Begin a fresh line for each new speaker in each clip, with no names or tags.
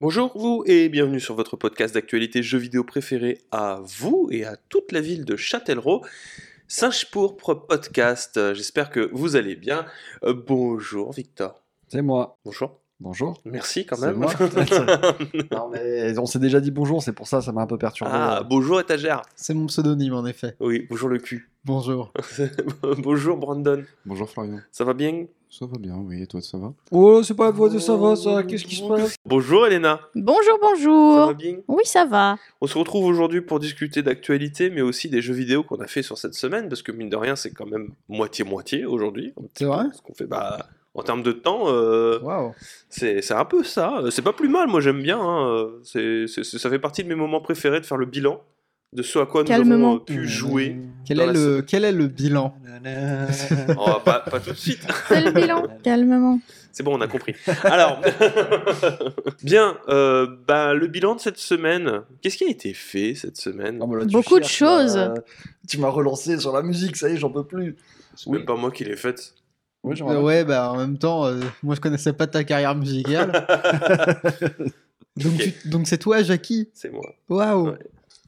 Bonjour vous et bienvenue sur votre podcast d'actualité jeux vidéo préféré à vous et à toute la ville de Châtellerault. Singe pourpre podcast, euh, j'espère que vous allez bien. Euh, bonjour Victor.
C'est moi.
Bonjour.
Bonjour.
Merci quand
C'est
même.
moi. non, mais on s'est déjà dit bonjour, c'est pour ça ça m'a un peu perturbé.
ah, bonjour étagère.
C'est mon pseudonyme en effet.
Oui, bonjour le cul.
Bonjour.
bonjour Brandon.
Bonjour Florian,
Ça va bien
ça va bien, oui, et toi ça va
Oh, c'est pas la voix de ça va, ça, qu'est-ce qui se passe
Oh, Bonjour Elena.
Bonjour,
Ça va
bonjour.
bien
Oui, ça va.
On se retrouve aujourd'hui pour discuter d'actualité, mais aussi des jeux vidéo qu'on a fait sur cette semaine, parce que mine de rien, c'est quand même moitié-moitié aujourd'hui. un petit
C'est vrai
peu, Ce qu'on fait, bah, en termes de temps, euh,
Waouh.
c'est c'est un peu ça. C'est pas plus mal, moi j'aime bien. hein. Euh, c'est- c'est- ça fait partie de mes moments préférés de faire le bilan de ce à quoi nous
Calmement.
avons euh, pu jouer.
Mmh.
Quel
Dans
est
la
le quel est le bilan
Oh, pas, pas tout de suite.
C'est le bilan. Calmement.
C'est bon, on a compris. Alors, bien, euh, bah, le bilan de cette semaine. Qu'est-ce qui a été fait cette semaine
Non, mais là, tu
Beaucoup de
cherches,
choses.
là. Tu m'as relancé sur la musique, ça y est, j'en peux plus.
C'est même pas moi qui l'ai faite.
Oui, j'en
Euh, Ouais, bah en même temps, euh, moi je connaissais pas ta carrière musicale. donc
Ok.
tu- donc c'est toi, Jackie.
C'est moi.
Waouh.
Ouais.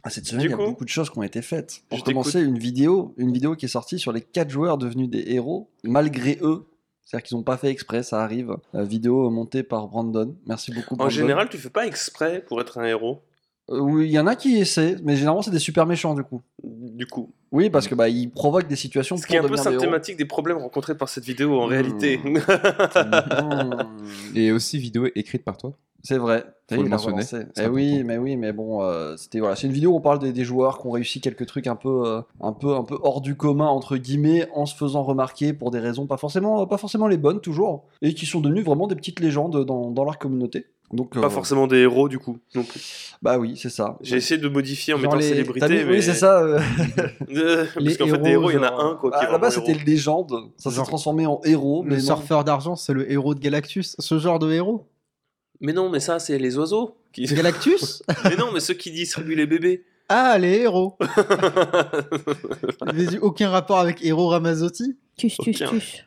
Ah, cette semaine,
Du
il y a
coup,
beaucoup de choses qui ont été faites. Pour
je
commencer, une vidéo, une vidéo qui est sortie sur les quatre joueurs devenus des héros, malgré eux. C'est-à-dire qu'ils n'ont pas fait exprès, ça arrive. La vidéo montée par Brandon. Merci beaucoup.
En
Brandon.
général, tu fais pas exprès pour être un héros,
Euh, oui, il y en a qui essaient, mais généralement c'est des super méchants du coup.
du coup.
Oui, parce que bah ils provoquent des situations
Ce
pour
qui est un peu
devenir des héros.
symptomatique des problèmes rencontrés par cette vidéo en
Mmh.
réalité.
Mmh.
Et aussi vidéo écrite par toi
C'est vrai.
Faut
Oui,
le
il l'a
mentionner,
relancé.
c'est
Eh oui,
important.
mais oui, mais bon, euh, c'était voilà, c'est une vidéo où on parle des, des joueurs qui ont réussi quelques trucs un peu, euh, un peu, un peu hors du commun entre guillemets, en se faisant remarquer pour des raisons pas forcément, euh, pas forcément les bonnes toujours, et qui sont devenues vraiment des petites légendes dans, dans leur communauté. Donc, euh,
pas forcément des héros, du coup. non plus.
Bah oui, c'est ça.
J'ai essayé de modifier en
Genre
mettant
les-
célébrité,
t'as mis-
mais...
Oui, c'est ça. euh,
Euh, Parce
Les
qu'en fait, des héros,
héros,
il y en a
genre,
un, quoi, qui est
à la base,
vraiment
c'était
héros.
légende. Ça s'est
Genre-
transformé en
Oh,
héros. mais
Le
non.
surfeur d'argent, c'est le héros de Galactus. Ce genre de héros.
Mais non, mais ça, c'est les oiseaux. qui-
Galactus
mais non, mais ceux qui distribuent les bébés.
Ah, les héros. J'avais eu aucun rapport avec Héros Ramazzotti.
Tus, tus,
Aucun.
tus.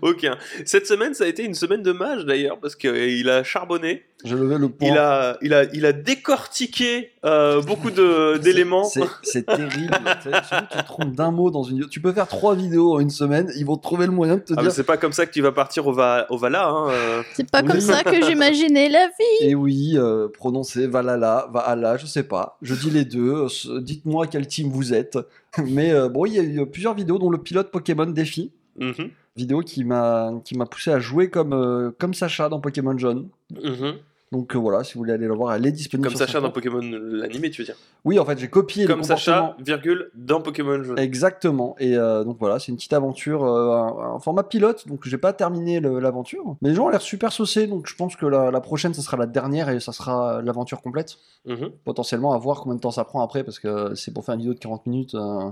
Aucun. Cette semaine, ça a été une semaine de mage, d'ailleurs, parce qu'il a charbonné,
J'ai levé le point.
il a, il a, il a décortiqué euh, beaucoup de- d'éléments.
C'est- C'est terrible. tu, sais, tu- tu te trompes d'un mot dans une vidéo. Tu peux faire trois vidéos en une semaine, ils vont trouver le moyen de te
Ah, mais
dire.
c'est pas comme ça que tu vas partir au, va, au Vala. Hein. euh.
C'est pas comme ça que j'imaginais la vie.
Et oui, euh, prononcez Valhalla, Valhalla, je sais pas. Je dis les deux. euh, s- Dites-moi quel team vous êtes. Mais euh, bon, il y a eu plusieurs vidéos, dont le pilote Pokémon défi.
Mhm,
Vidéo qui m'a qui m'a poussé à jouer comme euh, comme Sacha dans Pokémon Jaune.
mhm.
Donc euh, voilà, si vous voulez aller la voir, elle est disponible.
Comme
sur
Sacha
sa
dans
page.
Pokémon euh, l'animé, tu veux dire.
Oui, en fait, j'ai copié
Comme
le
Sacha,
comportement.
virgule, dans Pokémon jaune.
Exactement. Et euh, donc voilà, c'est une petite aventure, euh, un, un format pilote. Donc j'ai pas terminé le- l'aventure. Mais les gens ont l'air super saucés. Donc je pense que la, la prochaine, ça sera la dernière et ça sera l'aventure complète.
Mhm.
Potentiellement, à voir combien de temps ça prend après parce que c'est pour faire une vidéo de 40 minutes. euh,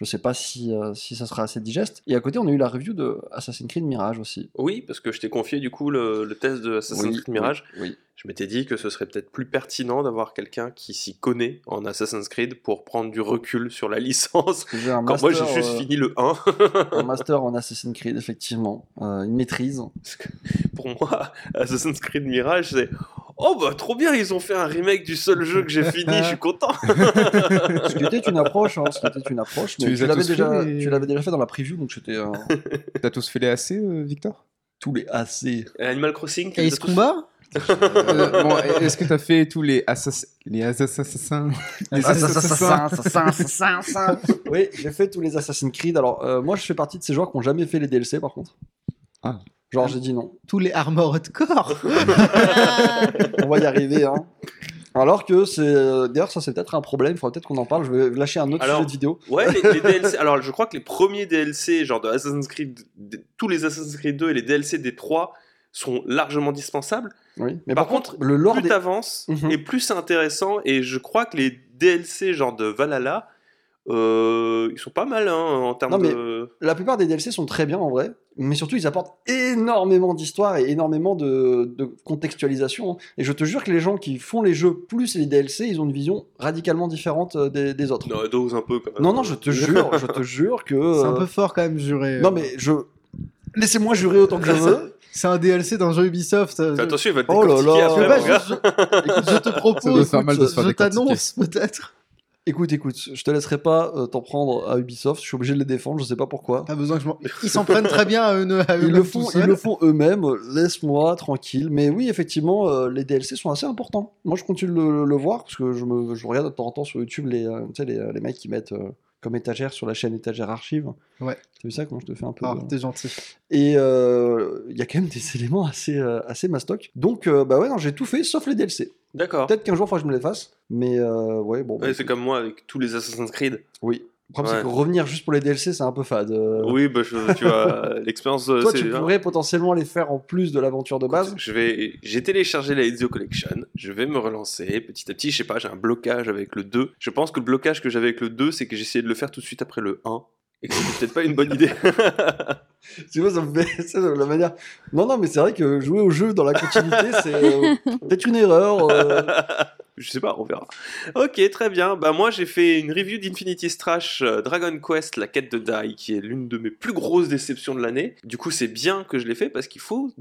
je sais pas si, euh, si ça sera assez digeste. Et à côté, on a eu la review de Assassin's Creed Mirage aussi.
Oui, parce que je t'ai confié du coup le, le test de Assassin's Creed Mirage.
Oui.
Je m'étais dit que ce serait peut-être plus pertinent d'avoir quelqu'un qui s'y connaît en Assassin's Creed pour prendre du recul sur la licence.
Parce que J'ai un,
Quand moi j'ai
master,
juste
euh,
fini le 1,
un master en Assassin's Creed, effectivement. Euh, une maîtrise.
pour moi, Assassin's Creed Mirage, c'est Oh bah trop bien, ils ont fait un remake du seul jeu que j'ai fini, je suis content.
Ce qui était une approche, hein, ce qui était une approche.
Tu
mais
les
tu
as
l'avais
tous fait,
déjà,
les-
tu l'avais déjà fait dans la preview, donc c'était euh,
T'as tous fait les AC, euh, Victor
tous les AC.
Et Animal Crossing, tu les as
Ace
tous-
Combat
Euh, bon, et- Est-ce que t'as fait tous les assassins Les assassins Les
Ah,
assassins
Oui, j'ai fait tous les Assassin's Creed. Alors, euh, moi, je fais partie de ces joueurs qui n'ont jamais fait les DLC, par contre.
Ah.
Genre, j'ai dit non.
Tous les Armored Core
Ah,
On va y arriver, hein. Alors que c'est. euh, D'ailleurs, ça, c'est peut-être un problème. Il faudrait peut-être qu'on en parle. Je vais lâcher un autre
Alors-
sujet de vidéo.
Ouais, les, les DLC. Alors, je crois que les premiers DLC, genre de Assassin's Creed, de- tous les Assassin's Creed 2 et les DLC des 3 sont largement dispensables.
Oui. Mais
Par
par,
contre,
contre, le lore
plus
des.
t'avances
Mhm.
et plus c'est intéressant. Et je crois que les DLC, genre de Valhalla, euh, ils sont pas mal hein, en termes
Non, mais-
de.
La plupart des DLC sont très bien en vrai, mais surtout ils apportent énormément d'histoire et énormément de, de contextualisation. Et je te jure que les gens qui font les jeux plus les DLC, ils ont une vision radicalement différente euh, des, des autres.
Non, dose un peu quand même.
Non, non, je te jure, je te jure que.
C'est un
euh,
peu fort quand même, juré.
Non mais je. Laissez-moi jurer autant que je veux.
c'est un DLC d'un jeu Ubisoft. euh,
Fais Attention, il va te
Oh là
décortiquer
là.
après,
je-
mon gars.
je, je- je te
Ça doit
propose,
faire mal de se faire
je
décortiquer.
t'annonce peut-être.
Écoute, écoute, je te laisserai pas euh, t'en prendre à Ubisoft. Je suis obligé de les défendre, je sais pas pourquoi.
Pas besoin que je m'en- Ils s'en prennent très bien à eux. à
Ils le
eux-mêmes
font,
tout
ils
seuls.
le font eux-mêmes. Laisse-moi tranquille. Mais oui, effectivement, euh, les DLC sont assez importants. Moi, je continue de le, le voir parce que je, me, je regarde de temps en temps sur YouTube les, euh, tu sais, les, euh, les mecs qui mettent euh, comme étagère sur la chaîne étagère archive.
Ouais.
T'as vu ça comment je te fais un peu
Ah,
de-
t'es gentil.
Et euh, il y a quand même des éléments assez euh, assez mastoc. Donc euh, bah ouais, non, j'ai tout fait sauf les DLC.
D'accord.
Peut-être qu'un jour, il faudra que je me les fasse. Mais euh, ouais, bon. bah,
Ouais, c'est comme moi avec tous les Assassin's Creed.
Oui. Le problème, c'est
Ouais.
que revenir juste pour les DLC, c'est un peu fade. Euh,
Oui, bah, je- tu vois, l'expérience. euh,
Toi,
c'est-
tu
hein.
pourrais potentiellement les faire en plus de l'aventure de base.
Je vais, j'ai téléchargé la Ezio Collection, je vais me relancer petit à petit, je sais pas, j'ai un blocage avec le 2. Je pense que le blocage que j'avais avec le 2, c'est que j'essayais de le faire tout de suite après le 1. Et que c'était peut-être pas une bonne idée.
Tu vois, ça me fait ça, de la manière. Non, non, mais c'est vrai que jouer au jeu dans la continuité, c'est euh, peut-être une erreur. euh,
je sais pas, on verra. Ok, très bien. Bah moi j'ai fait une review d'Infinity Strash euh, Dragon Quest, la quête de Dai, qui est l'une de mes plus grosses déceptions de l'année. Du coup c'est bien que je l'ai fait parce qu'il faut,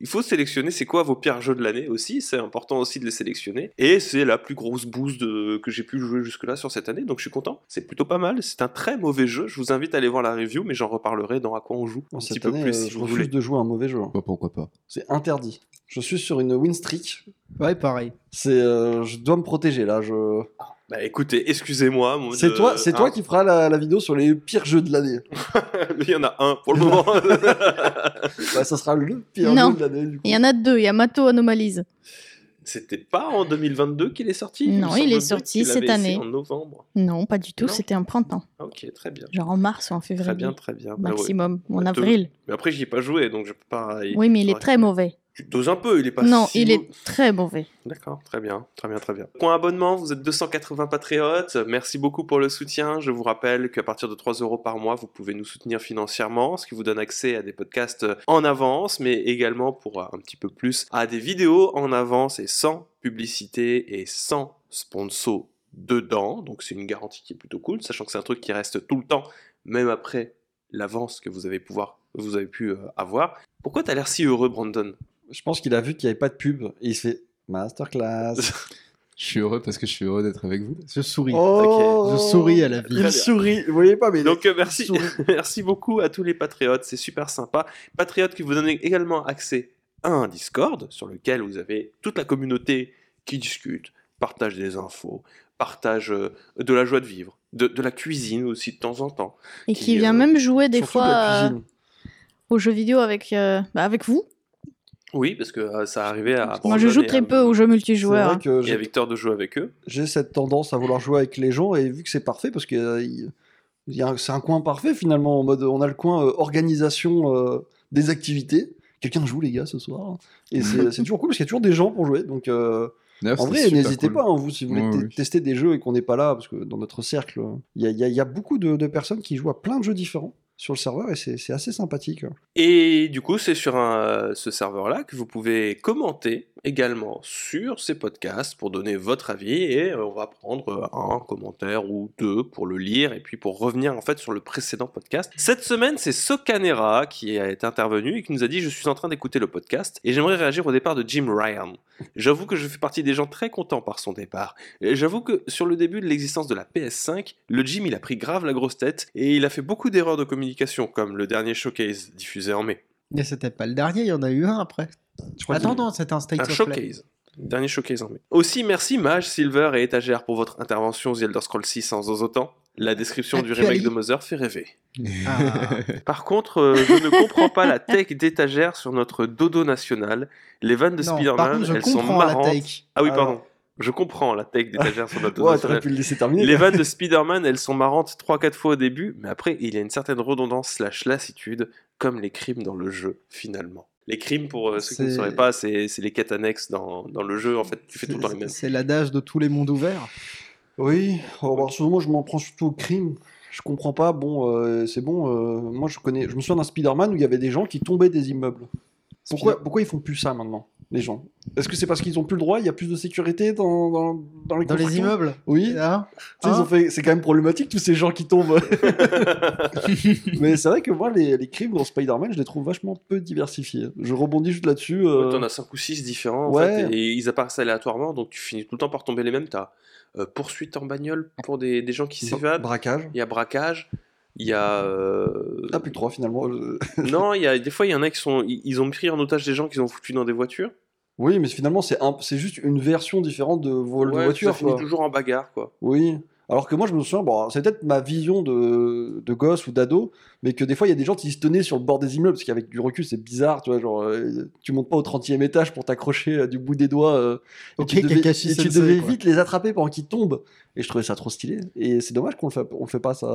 il faut sélectionner c'est quoi vos pires jeux de l'année aussi. C'est important aussi de les sélectionner. Et c'est la plus grosse bouse de, que j'ai pu jouer jusque-là sur cette année, donc je suis content. C'est plutôt pas mal. C'est un très mauvais jeu. Je vous invite à aller voir la review, mais j'en reparlerai dans à quoi on joue un petit
Cette
peu
année,
plus
euh,
si
je
vous
refuse
voulez.
de jouer à un mauvais jeu. hein.
Bah, pourquoi pas
C'est interdit. Je suis sur une win streak.
Ouais, pareil.
C'est, euh, je dois me protéger là. Je...
Bah écoutez, excusez-moi. mon-
C'est
de-
toi, c'est toi
hein.
qui feras la, la vidéo sur les pires jeux de l'année.
Il y en a un pour le moment.
Bah, ça sera le pire
Non.
jeu de l'année. Du coup.
Il y en a deux, il y a Mato Anomalies.
C'était pas en 2022 qu'il est sorti me
Non, il est
semble-t-il
sorti
qu'il
cette
l'avait
année.
essayé En novembre.
Non, pas du tout,
Non.
c'était en printemps.
Ah, ok, très bien.
Genre en mars ou en février.
Très bien, très bien. Bah ouais.
Maximum, ou en
Deux.
avril.
Mais après, j'y ai pas joué, donc je peux pas.
Oui, mais il est
Ouais.
très mauvais.
Tu doses un peu, il est pas.
Non,
si
il
mau-
est très mauvais.
D'accord, très bien, très bien, très bien. Point abonnement, vous êtes 280 patriotes. Merci beaucoup pour le soutien. Je vous rappelle qu'à partir de 3 euros par mois, vous pouvez nous soutenir financièrement, ce qui vous donne accès à des podcasts en avance, mais également pour euh, un petit peu plus à des vidéos en avance et sans publicité et sans sponsor dedans. Donc c'est une garantie qui est plutôt cool, sachant que c'est un truc qui reste tout le temps, même après l'avance que vous avez, pouvoir, vous avez pu euh, avoir. Pourquoi t'as l'air si heureux, Brandon
Je pense qu'il a vu qu'il n'y avait pas de pub et il se fait masterclass.
Je suis heureux parce que je suis heureux d'être avec vous.
Je souris.
Oh.
Je souris à la vie.
Il sourit, vous voyez pas, mais il-
Donc euh, merci,
souris.
merci beaucoup à tous les patriotes, c'est super sympa. Patriotes qui vous donnent également accès à un Discord sur lequel vous avez toute la communauté qui discute, partage des infos, partage euh, de la joie de vivre, de, de la cuisine aussi de temps en temps.
Et
Qui,
qui, vient
euh,
même jouer des
surtout
fois
de la
euh,
cuisine.
aux jeux vidéo avec, euh, bah, avec vous.
Oui, parce que euh, ça arrivait à.
Moi, je
Brandon
joue
et
très
à-
peu aux jeux
C'est
multijoueurs.
vrai
hein.
que
Et à
j'ai-
Victor de jouer avec eux.
j'ai cette tendance à vouloir jouer avec les gens et vu que c'est parfait parce que euh, il- il y a un- c'est un coin parfait finalement en mode on a le coin euh, organisation euh, des activités. Quelqu'un joue les gars ce soir et c'est c'est toujours cool parce qu'il y a toujours des gens pour jouer donc euh,
D'ailleurs,
en
Ah, c'est
vrai
super
n'hésitez
cool.
pas hein, vous si vous voulez
Ouais,
te-
oui.
tester des jeux et qu'on n'est pas là parce que dans notre cercle euh, il y a, il y a- il y a beaucoup de, de personnes qui jouent à plein de jeux différents sur le serveur et c'est c'est assez sympathique. hein.
Et du coup, c'est sur un, euh, ce serveur-là que vous pouvez commenter également sur ces podcasts pour donner votre avis et euh, on va prendre euh, un commentaire ou deux pour le lire et puis pour revenir en fait sur le précédent podcast. Cette semaine, c'est Socanera qui est intervenu et qui nous a dit je suis en train d'écouter le podcast et j'aimerais réagir au départ de Jim Ryan. J'avoue que je fais partie des gens très contents par son départ. Et J'avoue que sur le début de l'existence de la PS5, le Jim il a pris grave la grosse tête et il a fait beaucoup d'erreurs de communication, comme le dernier showcase diffusé en mai.
Mais c'était pas le dernier, il y en a eu un après.
Je crois
Attends,
que-
non, c'était un state
Un
of play.
showcase. Dernier showcase en mai. Aussi, merci Mage, Silver et Étagère pour votre intervention aux The Elder Scrolls 6 en zozotant. La description du
Actuali.
remake de Mother fait rêver.
Ah.
Par contre, euh, je ne comprends pas la tech d'étagère sur notre dodo national. Les vannes de
non, par
Spider-Man,
contre, je
elles sont
comprends la
marrantes.
take.
Ah oui,
Alors.
pardon. Je comprends la tech d'étagère sur notre dodo
Ouais,
national.
t'aurais pu le laisser terminer.
Les vannes de Spider-Man, elles sont marrantes 3-4 fois au début, mais après, il y a une certaine redondance slash lassitude, comme les crimes dans le jeu, finalement. Les crimes, pour euh, ceux qui ne
C'est-
sauraient pas, c'est c'est les quêtes annexes dans, dans le jeu. En fait, tu fais tout le temps les mêmes.
C'est- C'est l'adage de tous les mondes ouverts.
Oui, alors souvent moi je m'en prends surtout au crime. Je comprends pas, bon, euh, c'est bon, euh, moi je connais, je me souviens d'un Spider-Man où il y avait des gens qui tombaient des immeubles. Pourquoi, pourquoi ils font plus ça maintenant les gens Est-ce que c'est parce qu'ils ont plus le droit Il y a plus de sécurité dans, dans, dans les
Dans les
constructions
immeubles
Oui.
hein
Tu sais, ils ont fait- C'est quand même problématique tous ces gens qui tombent. Mais c'est vrai que moi, les, les crimes dans Spider-Man, je les trouve vachement peu diversifiés. Je rebondis juste là-dessus. euh,
T'en as 5 ou 6 différents, en
ouais.
fait, et ils apparaissent aléatoirement, donc tu finis tout le temps par tomber les mêmes. T'as euh, poursuite en bagnole pour des, des gens qui
bra-
s'évadent,
braquage.
il y a braquage, il y a... euh,
Ah, plus que trois finalement. euh.
non, il y a, des fois, il y en a qui sont... Ils ils ont pris en otage des gens qu'ils ont foutus dans des voitures.
Oui, mais finalement, c'est un- c'est juste une version différente de vol
Ouais,
de voiture.
Ça finit
quoi.
toujours en bagarre, quoi.
Oui. Alors que moi, je me souviens, bon, c'est peut-être ma vision de, de gosse ou d'ado, mais que des fois, il y a des gens qui se tenaient sur le bord des immeubles, parce qu'avec du recul, c'est bizarre, tu vois, genre, euh, tu montes pas au 30e étage pour t'accrocher euh, du bout des doigts, euh, et
Ok,
tu devais,
Kakashi
et tu
Sensei,
devais
quoi.
vite les attraper pendant qu'ils tombent. Et je trouvais ça trop stylé. Et c'est dommage qu'on le, fait- on le fait pas, ça.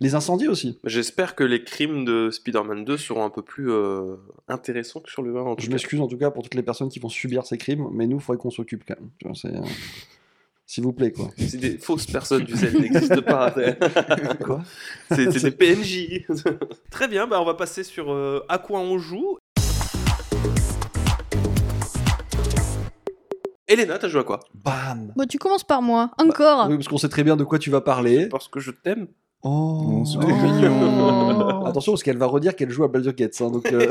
Les incendies aussi.
J'espère que les crimes de Spider-Man 2 seront un peu plus euh, intéressants que sur le 1, en tout
Je
cas.
m'excuse en tout cas pour toutes les personnes qui vont subir ces crimes, mais nous, il faudrait qu'on s'occupe quand même. Tu vois, c'est, euh, S'il vous plaît, quoi.
C'est des fausses personnes, tu sais, elles n'existent pas.
Quoi
C'est c'est des PNJ. Très bien, bah on va passer sur euh, à quoi on joue. Elena, t'as joué à quoi
Bam
Bon, tu commences par moi. Encore
Bah,
Oui, parce qu'on sait très bien de quoi tu vas parler.
Parce que je t'aime.
Oh,
c'est
oh.
mignon.
Attention, parce qu'elle va redire qu'elle joue à Baldur's Gate. hein, donc, euh,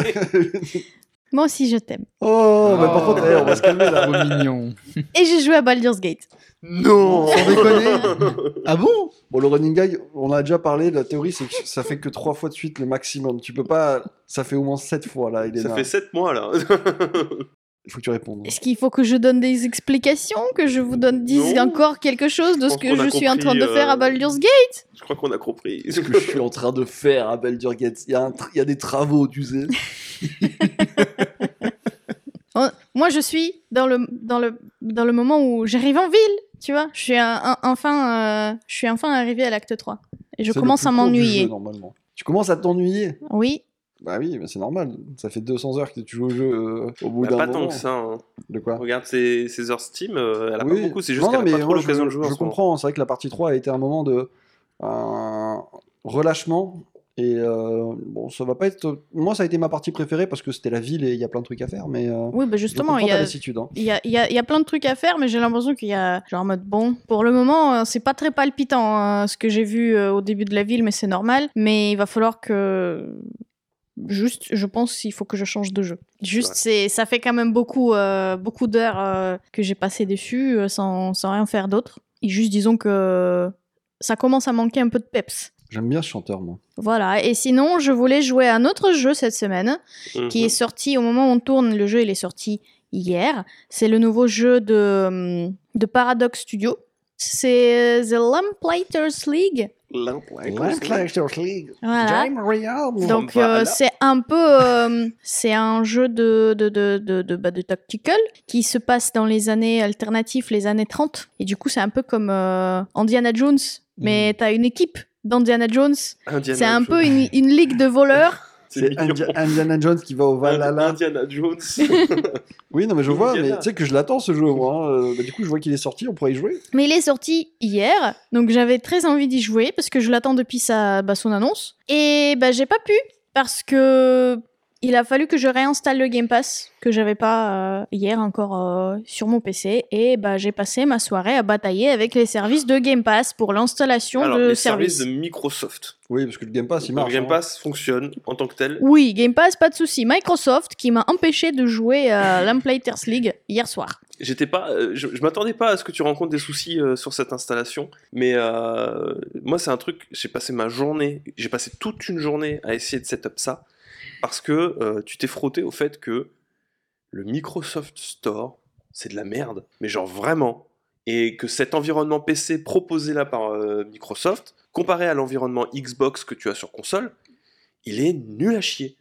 Moi aussi, je t'aime.
Oh, bah, par contre, eh, on va se calmer là.
Trop mignon.
Et j'ai joué à Baldur's Gate.
Non
Sans déconner Ah bon
Bon, le running guy, on en a déjà parlé. La théorie, c'est que ça fait que trois fois de suite le maximum. Tu peux pas. Ça fait au moins sept fois là. Il est
Ça
là.
fait 7 mois là.
Il faut que tu répondes.
Est-ce qu'il faut que je donne des explications Que je vous donne dise
Non.
encore quelque chose
Je
de ce
pense
que
qu'on a
je suis en train de
compris,
faire
euh,
à Baldur's Gate
je crois qu'on a compris.
Ce que je suis en train de faire à Baldur's Gate, il y, a un tr- il y a des travaux, tu sais.
On- Moi, je suis dans le, dans le, dans le moment où j'arrive en ville, tu vois. Je suis, un- un- enfin, euh, je suis enfin arrivée à l'acte 3. Et je
C'est le
commence
plus
à
court du jeu,
m'ennuyer.
Normalement. Tu commences à t'ennuyer.
Oui,
Bah oui, mais c'est normal. Ça fait 200 heures que tu joues au jeu euh, au bout
Bah,
d'un
pas
moment.
tant que ça. hein.
De quoi
Regarde ses, ses heures Steam, euh, elle a
Oui.
pas beaucoup, c'est juste
Non,
qu'elle
non,
a pas
mais
trop
moi,
l'occasion
je,
de jouer. en
Je
ce moment.
comprends, hein. c'est vrai que la partie 3 a été un moment de un relâchement. Et euh, bon, ça va pas être. Moi, ça a été ma partie préférée parce que c'était la ville et il y a plein de trucs à faire. Mais euh,
oui bah justement,
je
il
comprends
y
ta
a,
lassitude, hein.
il y, a, il y a- il y a plein de trucs à faire, mais j'ai l'impression qu'il y a. Genre en mode, bon, pour le moment, euh, c'est pas très palpitant hein, ce que j'ai vu euh, au début de la ville, mais c'est normal. Mais il va falloir que. Juste, je pense qu'il faut que je change de jeu. Juste,
Ouais.
c'est, ça fait quand même beaucoup, euh, beaucoup d'heures euh, que j'ai passé dessus euh, sans, sans rien faire d'autre. Et juste, disons que ça commence à manquer un peu de peps.
J'aime bien ce chanteur, moi.
Voilà. Et sinon, je voulais jouer à un autre jeu cette semaine
Mhm.
qui est sorti au moment où on tourne. Le jeu, il est sorti hier. C'est le nouveau jeu de, hum, de Paradox Studio. C'est euh, The Lamplighters League.
Limp, ouais, comme ça.
League.
Ah.
Voilà. Donc,
Voilà.
euh, c'est un peu. euh, c'est un jeu de, de, de, de, de, bah, de tactical qui se passe dans les années alternatives, les années 30. Et du coup, c'est un peu comme euh, Indiana Jones, mais t'as une équipe d'Indiana Jones.
Mhm. Indiana
C'est un
Jones.
peu une, une ligue de voleurs.
C'est
mignon.
Indi- Indiana Jones qui va au
Ah,
Valhalla.
Indiana Jones.
Oui, non, mais je vois, mais
Indiana.
tu sais que je l'attends ce jeu, moi. hein. Euh, bah, du coup, je vois qu'il est sorti, on pourrait y jouer.
Mais il est sorti hier, donc j'avais très envie d'y jouer parce que je l'attends depuis sa, bah, son annonce. Et bah, j'ai pas pu parce que il a fallu que je réinstalle le Game Pass que j'avais pas euh, hier encore euh, sur mon PC. Et bah, j'ai passé ma soirée à batailler avec les services de Game Pass pour l'installation
Alors,
de
les
services.
services de Microsoft.
Oui, parce que le Game Pass, il marche.
Le Game
hein.
Pass fonctionne en tant que tel.
Oui, Game Pass, pas de souci. Microsoft qui m'a empêché de jouer à l'Amplaters League hier soir.
J'étais pas, euh, je, je m'attendais pas à ce que tu rencontres des soucis euh, sur cette installation, mais euh, moi c'est un truc. J'ai passé ma journée, j'ai passé toute une journée à essayer de setup ça parce que euh, tu t'es frotté au fait que le Microsoft Store c'est de la merde, mais genre vraiment, et que cet environnement PC proposé là par euh, Microsoft, comparé à l'environnement Xbox que tu as sur console, il est nul à chier.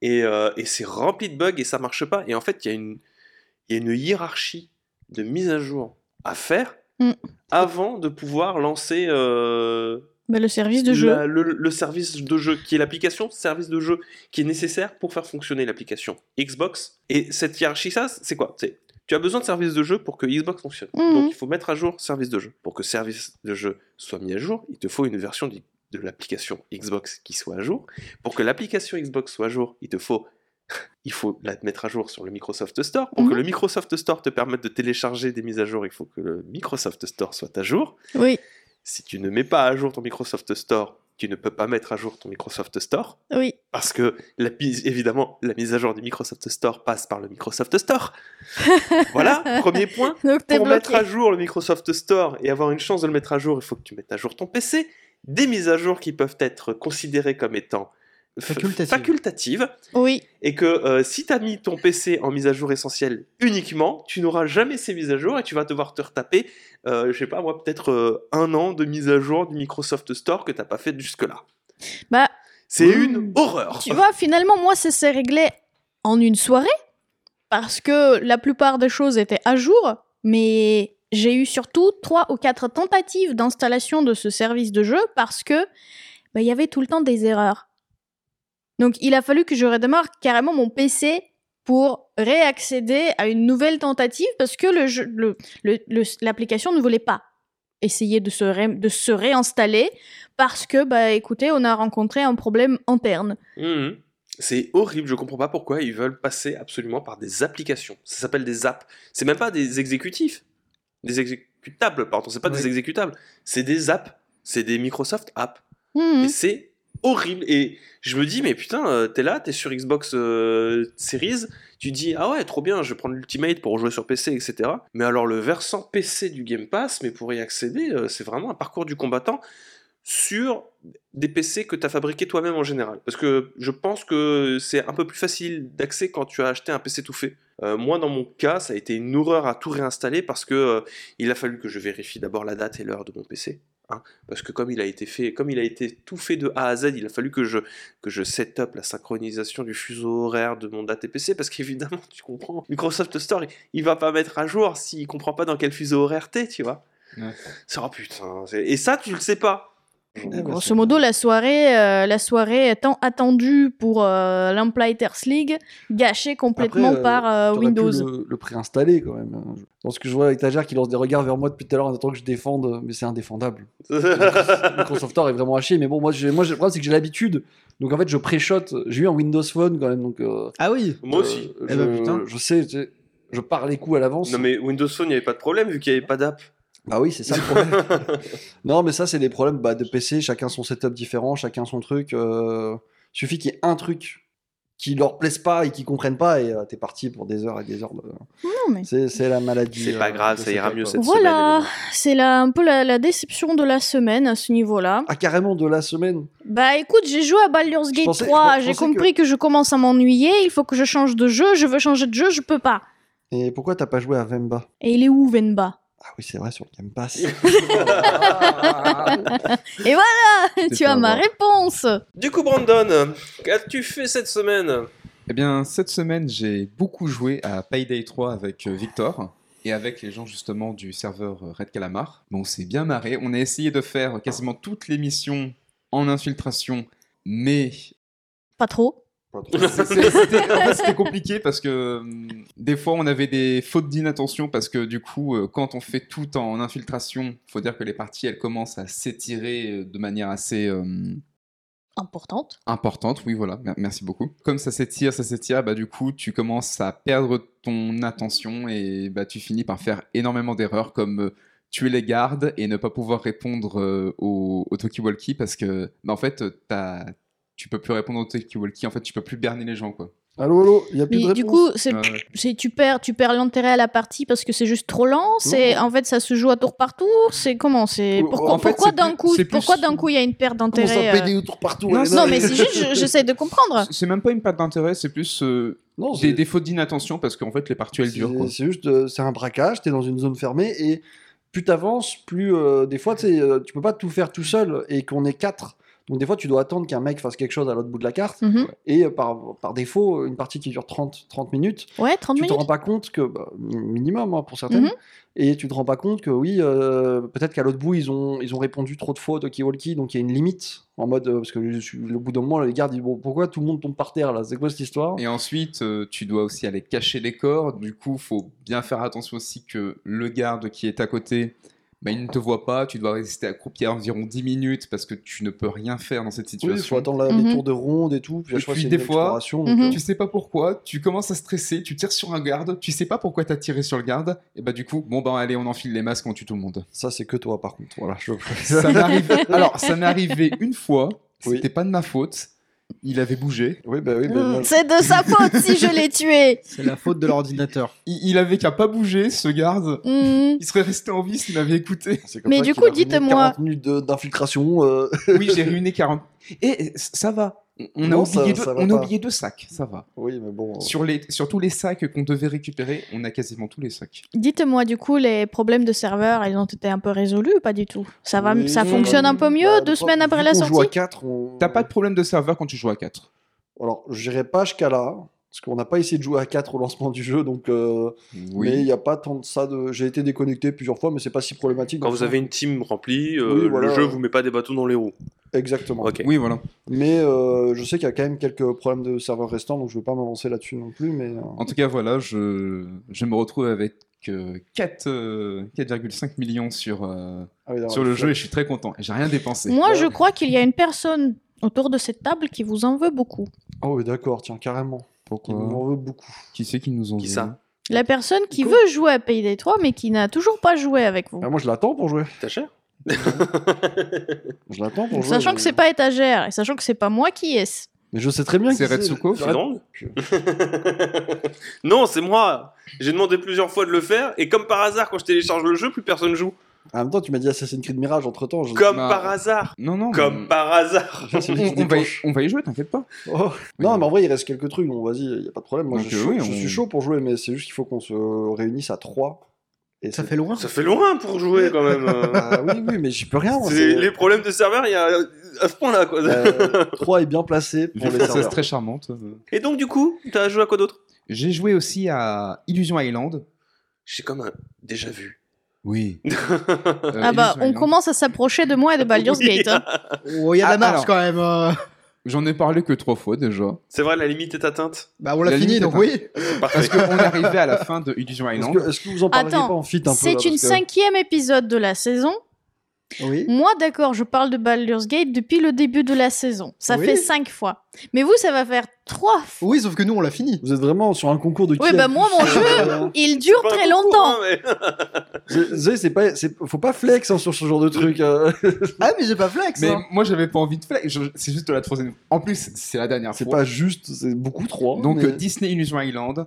Et, euh, et c'est rempli de bugs et ça marche pas. Et en fait, il y a une il y a une hiérarchie de mise à jour à faire
Mm.
avant de pouvoir lancer euh,
Bah, le service de jeu.
la- le, le service de jeu, qui est l'application, service de jeu, qui est nécessaire pour faire fonctionner l'application Xbox. Et cette hiérarchie, ça, c'est quoi C'est tu as besoin de service de jeu pour que Xbox fonctionne.
Mhm.
Donc il faut mettre à jour service de jeu. Pour que service de jeu soit mis à jour, il te faut une version du- de l'application Xbox qui soit à jour. Pour que l'application Xbox soit à jour, il te faut il faut la mettre à jour sur le Microsoft Store. Pour que
Mhm.
le Microsoft Store te permette de télécharger des mises à jour, il faut que le Microsoft Store soit à jour.
Oui,
Si tu ne mets pas à jour ton Microsoft Store, tu ne peux pas mettre à jour ton Microsoft Store.
oui.
Parce que, la, mise- évidemment, la mise à jour du Microsoft Store passe par le Microsoft Store. voilà, premier point.
Donc t'es
Pour mettre
bloqué.
à jour le Microsoft Store et avoir une chance de le mettre à jour, il faut que tu mettes à jour ton PC. Des mises à jour qui peuvent être considérées comme étant f-
Facultatives.
facultatives.
Oui,
Et que euh, si tu as mis ton PC en mise à jour essentielle uniquement, tu n'auras jamais ces mises à jour et tu vas devoir te retaper, euh, je sais pas moi, peut-être euh, un an de mise à jour du Microsoft Store que t'as pas fait jusque-là.
Bah,
C'est
mmh.
une horreur.
tu vois, finalement, moi, ça s'est réglé en une soirée parce que la plupart des choses étaient à jour, mais j'ai eu surtout trois ou quatre tentatives d'installation de ce service de jeu parce que bah, il y avait tout le temps des erreurs. Donc, il a fallu que je redémarre carrément mon PC pour réaccéder à une nouvelle tentative parce que le jeu- le- le- le- l'application ne voulait pas essayer de se, ré- de se réinstaller parce que, bah, écoutez, on a rencontré un problème interne.
Mhm. C'est horrible, je comprends pas pourquoi ils veulent passer absolument par des applications. Ça s'appelle des apps. C'est même pas des exécutifs. Des exécutables, pardon, c'est pas des
Oui.
exécutables. C'est des apps. C'est des Microsoft apps.
Mhm.
Et c'est horrible. Et je me dis, mais putain, euh, t'es là, t'es sur Xbox euh, Series, tu dis, ah ouais, trop bien, je vais prendre l'Ultimate pour jouer sur PC, etc. Mais alors, le versant PC du Game Pass, mais pour y accéder, euh, c'est vraiment un parcours du combattant sur des PC que t'as fabriqué toi-même en général. Parce que je pense que c'est un peu plus facile d'accès quand tu as acheté un PC tout fait. Euh, moi, dans mon cas, ça a été une horreur à tout réinstaller parce que euh, il a fallu que je vérifie d'abord la date et l'heure de mon PC parce que comme il a été fait, comme il a été tout fait de A à Z, il a fallu que je que je set up la synchronisation du fuseau horaire de mon date PC parce qu'évidemment, tu comprends, Microsoft Store, il- il va pas mettre à jour s'il comprend pas dans quel fuseau horaire t'es, tu vois.
Ouais.
Ça, oh putain, c'est- et ça, tu le sais pas.
Grosso modo, la soirée, euh, la soirée tant attendue pour euh, l'Emplighters League, gâchée complètement
Après, euh,
par euh,
T'aurais pu
Windows.
le, le préinstaller quand même. hein. Je pense que je vois avec Tajer qui lance des regards vers moi depuis tout à l'heure en attendant que je défende, mais c'est indéfendable. Microsoft Store est vraiment à chier, mais bon, moi, j'ai- moi j'ai- le problème, c'est que j'ai l'habitude. Donc en fait, je pré-shot. J'ai eu un Windows Phone quand même, donc. euh,
Ah oui
Moi aussi.
euh,
Eh ben,
je-
putain.
Je sais, tu sais, je pars les coups à l'avance.
Non mais Windows Phone, il n'y avait pas de problème vu qu'il n'y avait pas d'app.
Bah oui, c'est ça le problème. non, mais ça, c'est des problèmes bah, de PC. Chacun son setup différent, chacun son truc. euh, suffit qu'il y ait un truc qui leur plaise pas et qui comprennent pas, et euh, t'es parti pour des heures et des heures. De...
Non, mais
C'est c'est la maladie.
C'est pas
euh,
grave,
de
ça
cette
ira mieux
époque.
cette
Voilà.
semaine.
c'est la- un peu la, la déception de la semaine à ce niveau-là.
Ah, carrément de la semaine.
Bah écoute, j'ai joué à Baldur's
Je
Gate
pensais- je
3,
pensais
j'ai
que-
compris que... je commence à m'ennuyer, il faut que je change de jeu, je veux changer de jeu, je peux pas.
Et pourquoi t'as pas joué à Vemba
Et il est où Venba
Ah oui, c'est vrai, sur le Game Pass. hein.
Tu as
pas
ma
avoir.
réponse
Du coup, Brandon, qu'as-tu fait cette semaine
Eh bien, cette semaine, j'ai beaucoup joué à Payday 3 avec euh, Victor et avec les gens justement du serveur euh, Red Calamar. Bon, on s'est bien marré. On a essayé de faire quasiment toutes les missions en infiltration, mais
Pas trop.
C'est- c'est- c'était en fait, c'était compliqué parce que hum, des fois on avait des fautes d'inattention parce que du coup euh, quand on fait tout en infiltration, faut dire que les parties elles commencent à s'étirer euh, de manière assez hum,
Importante.
importante. Oui voilà, mer- merci beaucoup. Comme ça s'étire, ça s'étire, bah du coup tu commences à perdre ton attention et bah tu finis par faire énormément d'erreurs comme euh, tuer les gardes et ne pas pouvoir répondre euh, au, au talkie-walkie parce que bah, en fait euh, t'as- tu peux plus répondre au talkie-walkie, en fait tu peux plus berner les gens quoi. Euh,
Allô, allô, il y a plus de
Mais
réponse.
du coup, c'est
Ouais, ouais.
C'est- tu perds tu perds l'intérêt à la partie parce que c'est juste trop lent c'est en fait ça se joue à tour par tour c'est comment c'est
Ou-
pourquoi
en fait,
pourquoi
c'est
d'un
plus-
coup
c'est plus-
pourquoi d'un coup il y a une perte
Comment ça,
d'intérêt euh,
PD autour partout
non,
Elena
non, mais c'est juste je- j'essaie de comprendre
C'est même pas une perte d'intérêt, c'est plus euh,
Non,
des
c'est-
défauts d'inattention parce qu'en fait les parties elles durent. quoi.
C'est c'est juste, euh, c'est un braquage, t'es dans une zone fermée et plus t'avances, plus euh, des fois tu sais, euh, tu peux pas tout faire tout seul et qu'on est quatre. Donc des fois tu dois attendre qu'un mec fasse quelque chose à l'autre bout de la carte
Mhm.
et euh, par, par défaut une partie qui dure 30, 30 minutes,
ouais 30
tu te
minutes
rends pas compte que bah, mi- minimum hein, pour certaines
Mhm.
et tu te rends pas compte que oui euh, peut-être qu'à l'autre bout ils ont ils ont répondu trop de fois au talkie walkie donc il y a une limite en mode euh, parce que je suis- au bout d'un moment les gardes disent bon pourquoi tout le monde tombe par terre là c'est quoi cette histoire
Et ensuite, euh, tu dois aussi aller cacher les corps. Du coup, faut bien faire attention aussi que le garde qui est à côté bah, il ne te voit pas, tu dois rester accroupi à environ 10 minutes parce que tu ne peux rien faire dans cette
Oui, il faut
situation.
attendre la-
Mhm.
les tours de ronde et tout. Puis, à
Et
chaque fois,
puis,
c'est
des
une
fois-
exploration,
Mhm.
donc, euh,
tu sais pas pourquoi, tu commences à stresser, tu tires sur un garde, tu sais pas pourquoi t'as tiré sur le garde, et bah du coup, bon bah allez, on enfile les masques, on tue tout le monde.
euh, Ça, c'est que toi, par contre. Voilà, je-
Ça m'est arrivé- Alors, ça m'est arrivé une fois,
Oui.
c'était pas de ma faute, il avait bougé,
Oui, bah oui, bah, moi-
Mm. C'est de sa faute si je l'ai tué.
C'est la faute de l'ordinateur.
il, il avait qu'à pas bouger, ce garde,
Mhm.
il serait resté en vie s'il m'avait écouté.
c'est comme
Mais
ça
du
qu'il
coup,
a ruiné
dites-moi.
40 minutes de- d'infiltration. euh,
Oui, j'ai ruiné 40. Et ça va, on- on a,
Non, ça-
oublié, deux,
ça va
on a
pas.
oublié deux sacs, ça va.
Oui, mais bon. euh,
Sur, les, sur tous les sacs qu'on devait récupérer, on a quasiment tous les sacs.
Dites-moi du coup, les problèmes de serveur, ils ont été un peu résolus ou pas du tout Ça va,
oui,
ça
bah,
fonctionne un peu mieux
bah,
deux
bah,
semaines
vu
après la
qu'on joue à
sortie.
quatre, on-
T'as pas de problème de serveur quand tu joues à 4.
Alors, je dirais pas jusqu'à là, parce qu'on n'a pas essayé de jouer à 4 au lancement du jeu, donc. euh,
Oui.
Mais il n'y a pas tant de ça. De... J'ai été déconnecté plusieurs fois, mais c'est pas si problématique.
Quand
dans le
vous
sens-
avez une team remplie, euh,
Oui, voilà.
le jeu vous met pas des bâtons dans les roues.
Exactement.
Ok.
Oui, voilà.
Mais euh, je sais qu'il y a quand même quelques problèmes de serveurs restants, donc je ne vais pas m'avancer là-dessus non plus. Mais euh,
En tout cas, voilà, je, je me retrouve avec euh, 4, euh, 4,5 millions sur, euh,
ah oui, alors,
sur le
je-
jeu et je suis très content. J'ai rien dépensé.
Moi, je crois qu'il y a une personne autour de cette table qui vous en veut beaucoup.
Ah oui, d'accord, tiens, carrément. Il m'en veut beaucoup.
Qui c'est qui nous ont
Qui ça
La personne qui
Cool.
veut jouer à Pays des Trois, mais qui n'a toujours pas joué avec vous.
Ah, moi, je l'attends pour jouer.
T'as cher
Je l'attends pour jouer.
Sachant
mais-
que c'est pas étagère et sachant que c'est pas moi qui est.
Mais je sais très bien Ah, que
C'est Retsuko
C'est drôle Non, c'est moi J'ai demandé plusieurs fois de le faire, et comme par hasard, quand je télécharge le jeu, plus personne joue.
En même temps, tu m'as dit Assassin's Creed Mirage entre temps. Je...
Comme
Bah.
par hasard
Non, non.
Comme
mais-
par hasard
Je sais
On,
que je
on va y,
décroche.
on va y jouer, t'inquiète pas.
Oh. Non, mais en vrai, il reste quelques trucs. Bon, vas-y, il n'y a pas de problème. Moi,
Donc,
je,
euh,
suis-
oui,
je
on-
suis chaud pour jouer, mais c'est juste qu'il faut qu'on se réunisse à 3. Et
Ça
c'est-
fait loin.
Ça fait loin pour jouer quand même euh.
Ah oui, oui, mais j'y peux rien. moi,
C'est-
c'est-
Les problèmes de serveur, il y a à ce point-là quoi.
Euh, 3 est bien placé pour les
Une princesse
serveurs.
très charmante. euh.
Et donc du coup, t'as joué à quoi d'autre
J'ai joué aussi à Illusion Island.
J'ai comme un déjà vu.
Oui. Euh,
ah bah, on commence à s'approcher de moi et de Baldur's
Oui.
Gate. hein.
Oh, il y a de la
Ah,
marche
alors.
quand même. euh.
J'en ai parlé que trois fois déjà.
C'est vrai, la limite est atteinte.
Bah, on l'a
La
fini,
limite
donc
est
oui.
Parfait.
Parce qu'on est arrivé à la fin de Illusion
Est-ce
Island.
que, est-ce que vous en parlez
Attends,
pas en fit un peu là,
C'est une
parce que-
cinquième épisode de la saison.
Oui.
Moi, d'accord, je parle de Baldur's Gate depuis le début de la saison. Ça
Oui.
fait cinq fois. Mais vous, ça va faire trois fois.
Oui, sauf que nous, on l'a fini.
Vous êtes vraiment sur un concours de qui
Oui,
a
bah
le
moi,
plus-
mon jeu, il dure
Pas un
très
concours,
longtemps.
hein, mais-
C'est- Vous savez, c'est pas, c'est- faut pas flex hein, sur ce genre de truc. euh.
Ah, mais j'ai pas flex.
Mais
hein.
moi, j'avais pas envie de flex. Je- C'est juste la troisième. En plus, c'est la dernière
C'est
fois.
pas juste, c'est beaucoup trop. hein,
Donc,
mais-
euh, Disney Illusion Island.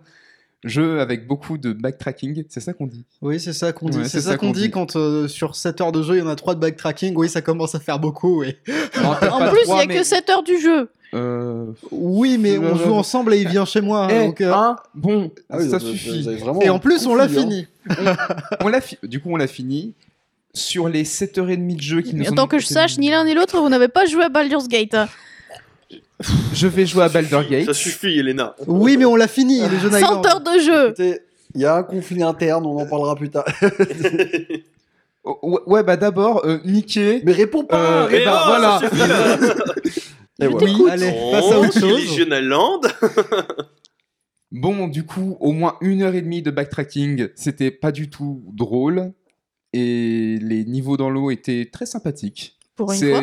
Jeu avec beaucoup de backtracking, c'est ça qu'on dit.
Oui, c'est ça qu'on dit.
Ouais,
c'est ça, qu'on dit quand euh, sur 7 heures de jeu, il y en a 3 de backtracking. Oui, ça commence à faire beaucoup. Oui,
En plus, il n'y a que 7 heures du jeu.
Euh...
oui mais on
Euh,
joue ensemble et il vient chez moi.
eh,
donc, euh,
hein, bon,
Ah oui,
ça
vous- vous
suffit.
avez vraiment
Et en plus, on l'a
confus, hein.
fini.
On l'a fi- Du coup, on l'a fini. Sur les 7h30 de jeu qui nous
Mais
ont
tant que je
été-
sache, ni l'un ni l'autre, vous n'avez pas joué à Baldur's Gate. hein.
Je vais jouer à Baldur's Gate.
Ça suffit, Elena.
Oui, mais on l'a fini, les jeux
100 heures de jeu.
Écoutez, il y a un conflit interne, on en parlera plus tard.
Oh, ouais- Ouais, bah d'abord, euh, niquer.
Mais réponds pas
Euh, eh ben,
Oh,
voilà.
Et voilà.
Oui, allez, passe à
Oh,
autre chose.
Illusion Island.
Bon, du coup, au moins une heure et demie de backtracking, c'était pas du tout drôle. Et les niveaux dans l'eau étaient très sympathiques.
Pour une
C'est-
fois.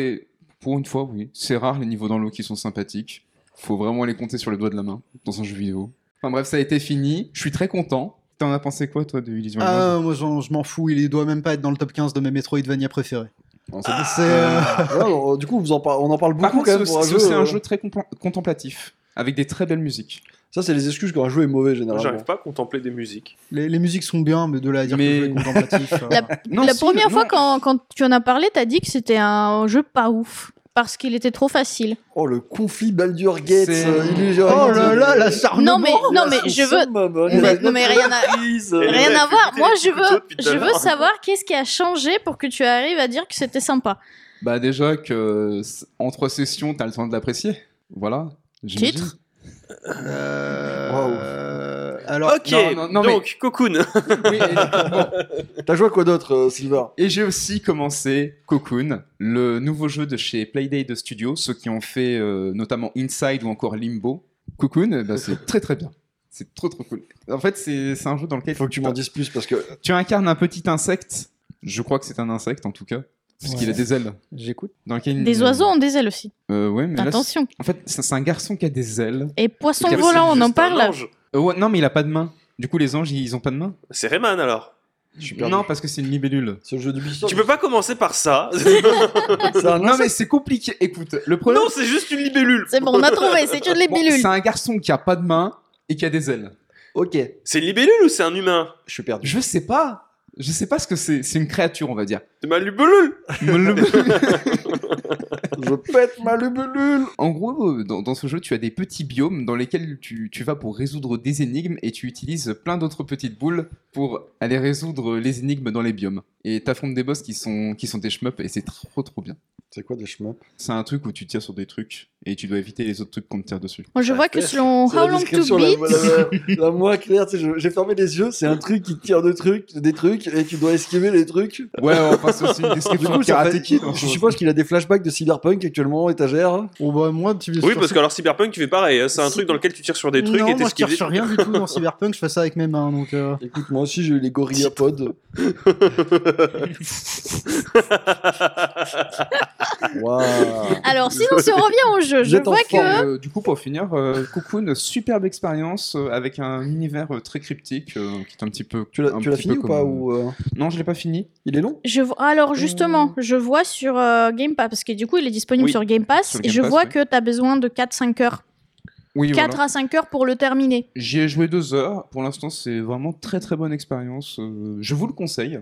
Pour une fois, oui. C'est rare les niveaux dans l'eau qui sont sympathiques. Faut vraiment les compter sur le doigt de la main dans un jeu vidéo. Enfin bref, ça a été fini. Je suis très content. T'en as pensé quoi, toi, de Illusion Island
Ah, moi, j'en- je m'en fous, il doit même pas être dans le top 15 de mes Metroidvania préférés.
Non, c'est-
C'est, euh,
Ouais, alors, Du coup, vous en par- on en parle beaucoup
Par contre,
quand même
c'est
pour
aussi- c'est aussi un
euh,
jeu très compla- contemplatif, avec des très belles musiques.
Ça, c'est les excuses quand un jeu est mauvais
J'arrive
généralement.
pas à contempler des musiques.
les, les musiques sont bien, mais de là à dire
Mais-
que le jeu est contemplatif. euh,
La-
Non,
La
si,
première
non.
fois, quand, quand tu en as parlé, t'as dit que c'était un jeu pas ouf. Parce qu'il était trop facile.
Oh, le conflit Baldur Gates,
C'est-
euh, Illusion
Oh là
Island.
là,
Ah,
l'acharnement
Non, mais, non, mais je veux.
hein,
Mais- non, mais rien à, rien à voir. Moi, je veux, je veux savoir qu'est-ce qui a changé pour que tu arrives à dire que c'était sympa.
Bah déjà que s- en trois sessions, t'as le temps de l'apprécier. Voilà. j'imagine.
Titre
Euh, Alors,
Ok,
Non, non, non, mais-
donc, Cocoon.
Oui, et- bon.
T'as joué à quoi d'autre, euh, Silver
Et j'ai aussi commencé Cocoon, le nouveau jeu de chez Playday de Studio, ceux qui ont fait euh, notamment Inside ou encore Limbo. Cocoon, euh, bah, c'est très très bien. C'est trop trop cool. En fait, c'est c'est un jeu dans lequel
Il faut que tu m'en dises plus parce que
tu incarnes un petit insecte Je crois que c'est un insecte en tout cas, parce
Ouais.
qu'il a des ailes.
J'écoute.
Donc, il y a une-
Des oiseaux ont des ailes aussi.
Euh, ouais, Hmm. mais là, c'est-
Attention.
en fait, c'est c'est un garçon qui a des ailes.
Et poisson
Car c'est
volant, on en
Juste un
parle.
ange.
Euh, ouais, non, mais il a pas de main. Du coup, les anges, ils ont pas de main
C'est Rayman alors.
Non, parce que c'est une libellule.
Ce jeu de Ubisoft.
Tu peux pas commencer par ça.
C'est un
Non, mais c'est compliqué. Écoute, le problème,
non, c'est juste une libellule.
C'est bon, on a trouvé, c'est une les
Bon,
bilules.
c'est un garçon qui a pas de main et qui a des ailes.
Ok,
C'est une libellule ou c'est un humain
je suis perdu.
Je sais pas. Je sais pas ce que c'est. C'est une créature, on va dire.
C'est ma libellule.
Le-
Je pète ma lubulule.
en gros, euh, dans, dans ce jeu, tu as des petits biomes dans lesquels tu, tu vas pour résoudre des énigmes et tu utilises plein d'autres petites boules pour aller résoudre les énigmes dans les biomes. Et t'affrontes des boss qui sont, qui sont des shmups et c'est trop trop bien.
C'est quoi des chemins
C'est un truc où tu tires sur des trucs et tu dois éviter les autres trucs qu'on te tire dessus.
Moi, je vois que selon How Long to Beat,
la, la moins claire, tu sais, je- j'ai fermé les yeux, c'est un truc qui tire de trucs, des trucs, et tu dois esquiver les trucs.
Ouais, on passe aussi une description
Du
euh,
coup,
de
ça
Karate
fait-
Kid, hein, en
je
fait.
suppose qu'il a des flashbacks de Cyberpunk actuellement en étagère.
Oh bah moi, tu
Oui, parce que alors Cyberpunk, tu fais pareil. hein. C'est un
Si-
truc dans lequel tu tires sur des trucs
non,
et
moi je
t'esquives.
tire
des
sur
trucs.
rien du tout dans Cyberpunk, je fais ça avec mes mains donc. euh,
Écoute, moi aussi j'ai eu les gorillapodes. Waouh.
Alors, sinon, si on revient au jeu,
Vous
je
êtes en
vois
forme.
que.
Euh, du coup, pour finir, euh, Cocoon, superbe expérience euh, avec un univers euh, très cryptique euh, qui est un petit peu.
Tu l'as
un
tu l'as
petit
fini
peu
ou pas
comme-
ou, euh,
Non, je l'ai pas fini.
Il est long
Je vois- Alors, justement, je vois sur euh, Game Pass, parce que du coup, il est disponible
Oui,
sur Game Pass,
sur le
et
Game
je
Pass,
vois
oui.
que tu as besoin de 4-5 heures.
Oui,
4
voilà.
à 5 heures pour le terminer.
J'y ai joué deux heures. Pour l'instant, c'est vraiment très très bonne expérience. Euh, je vous le conseille.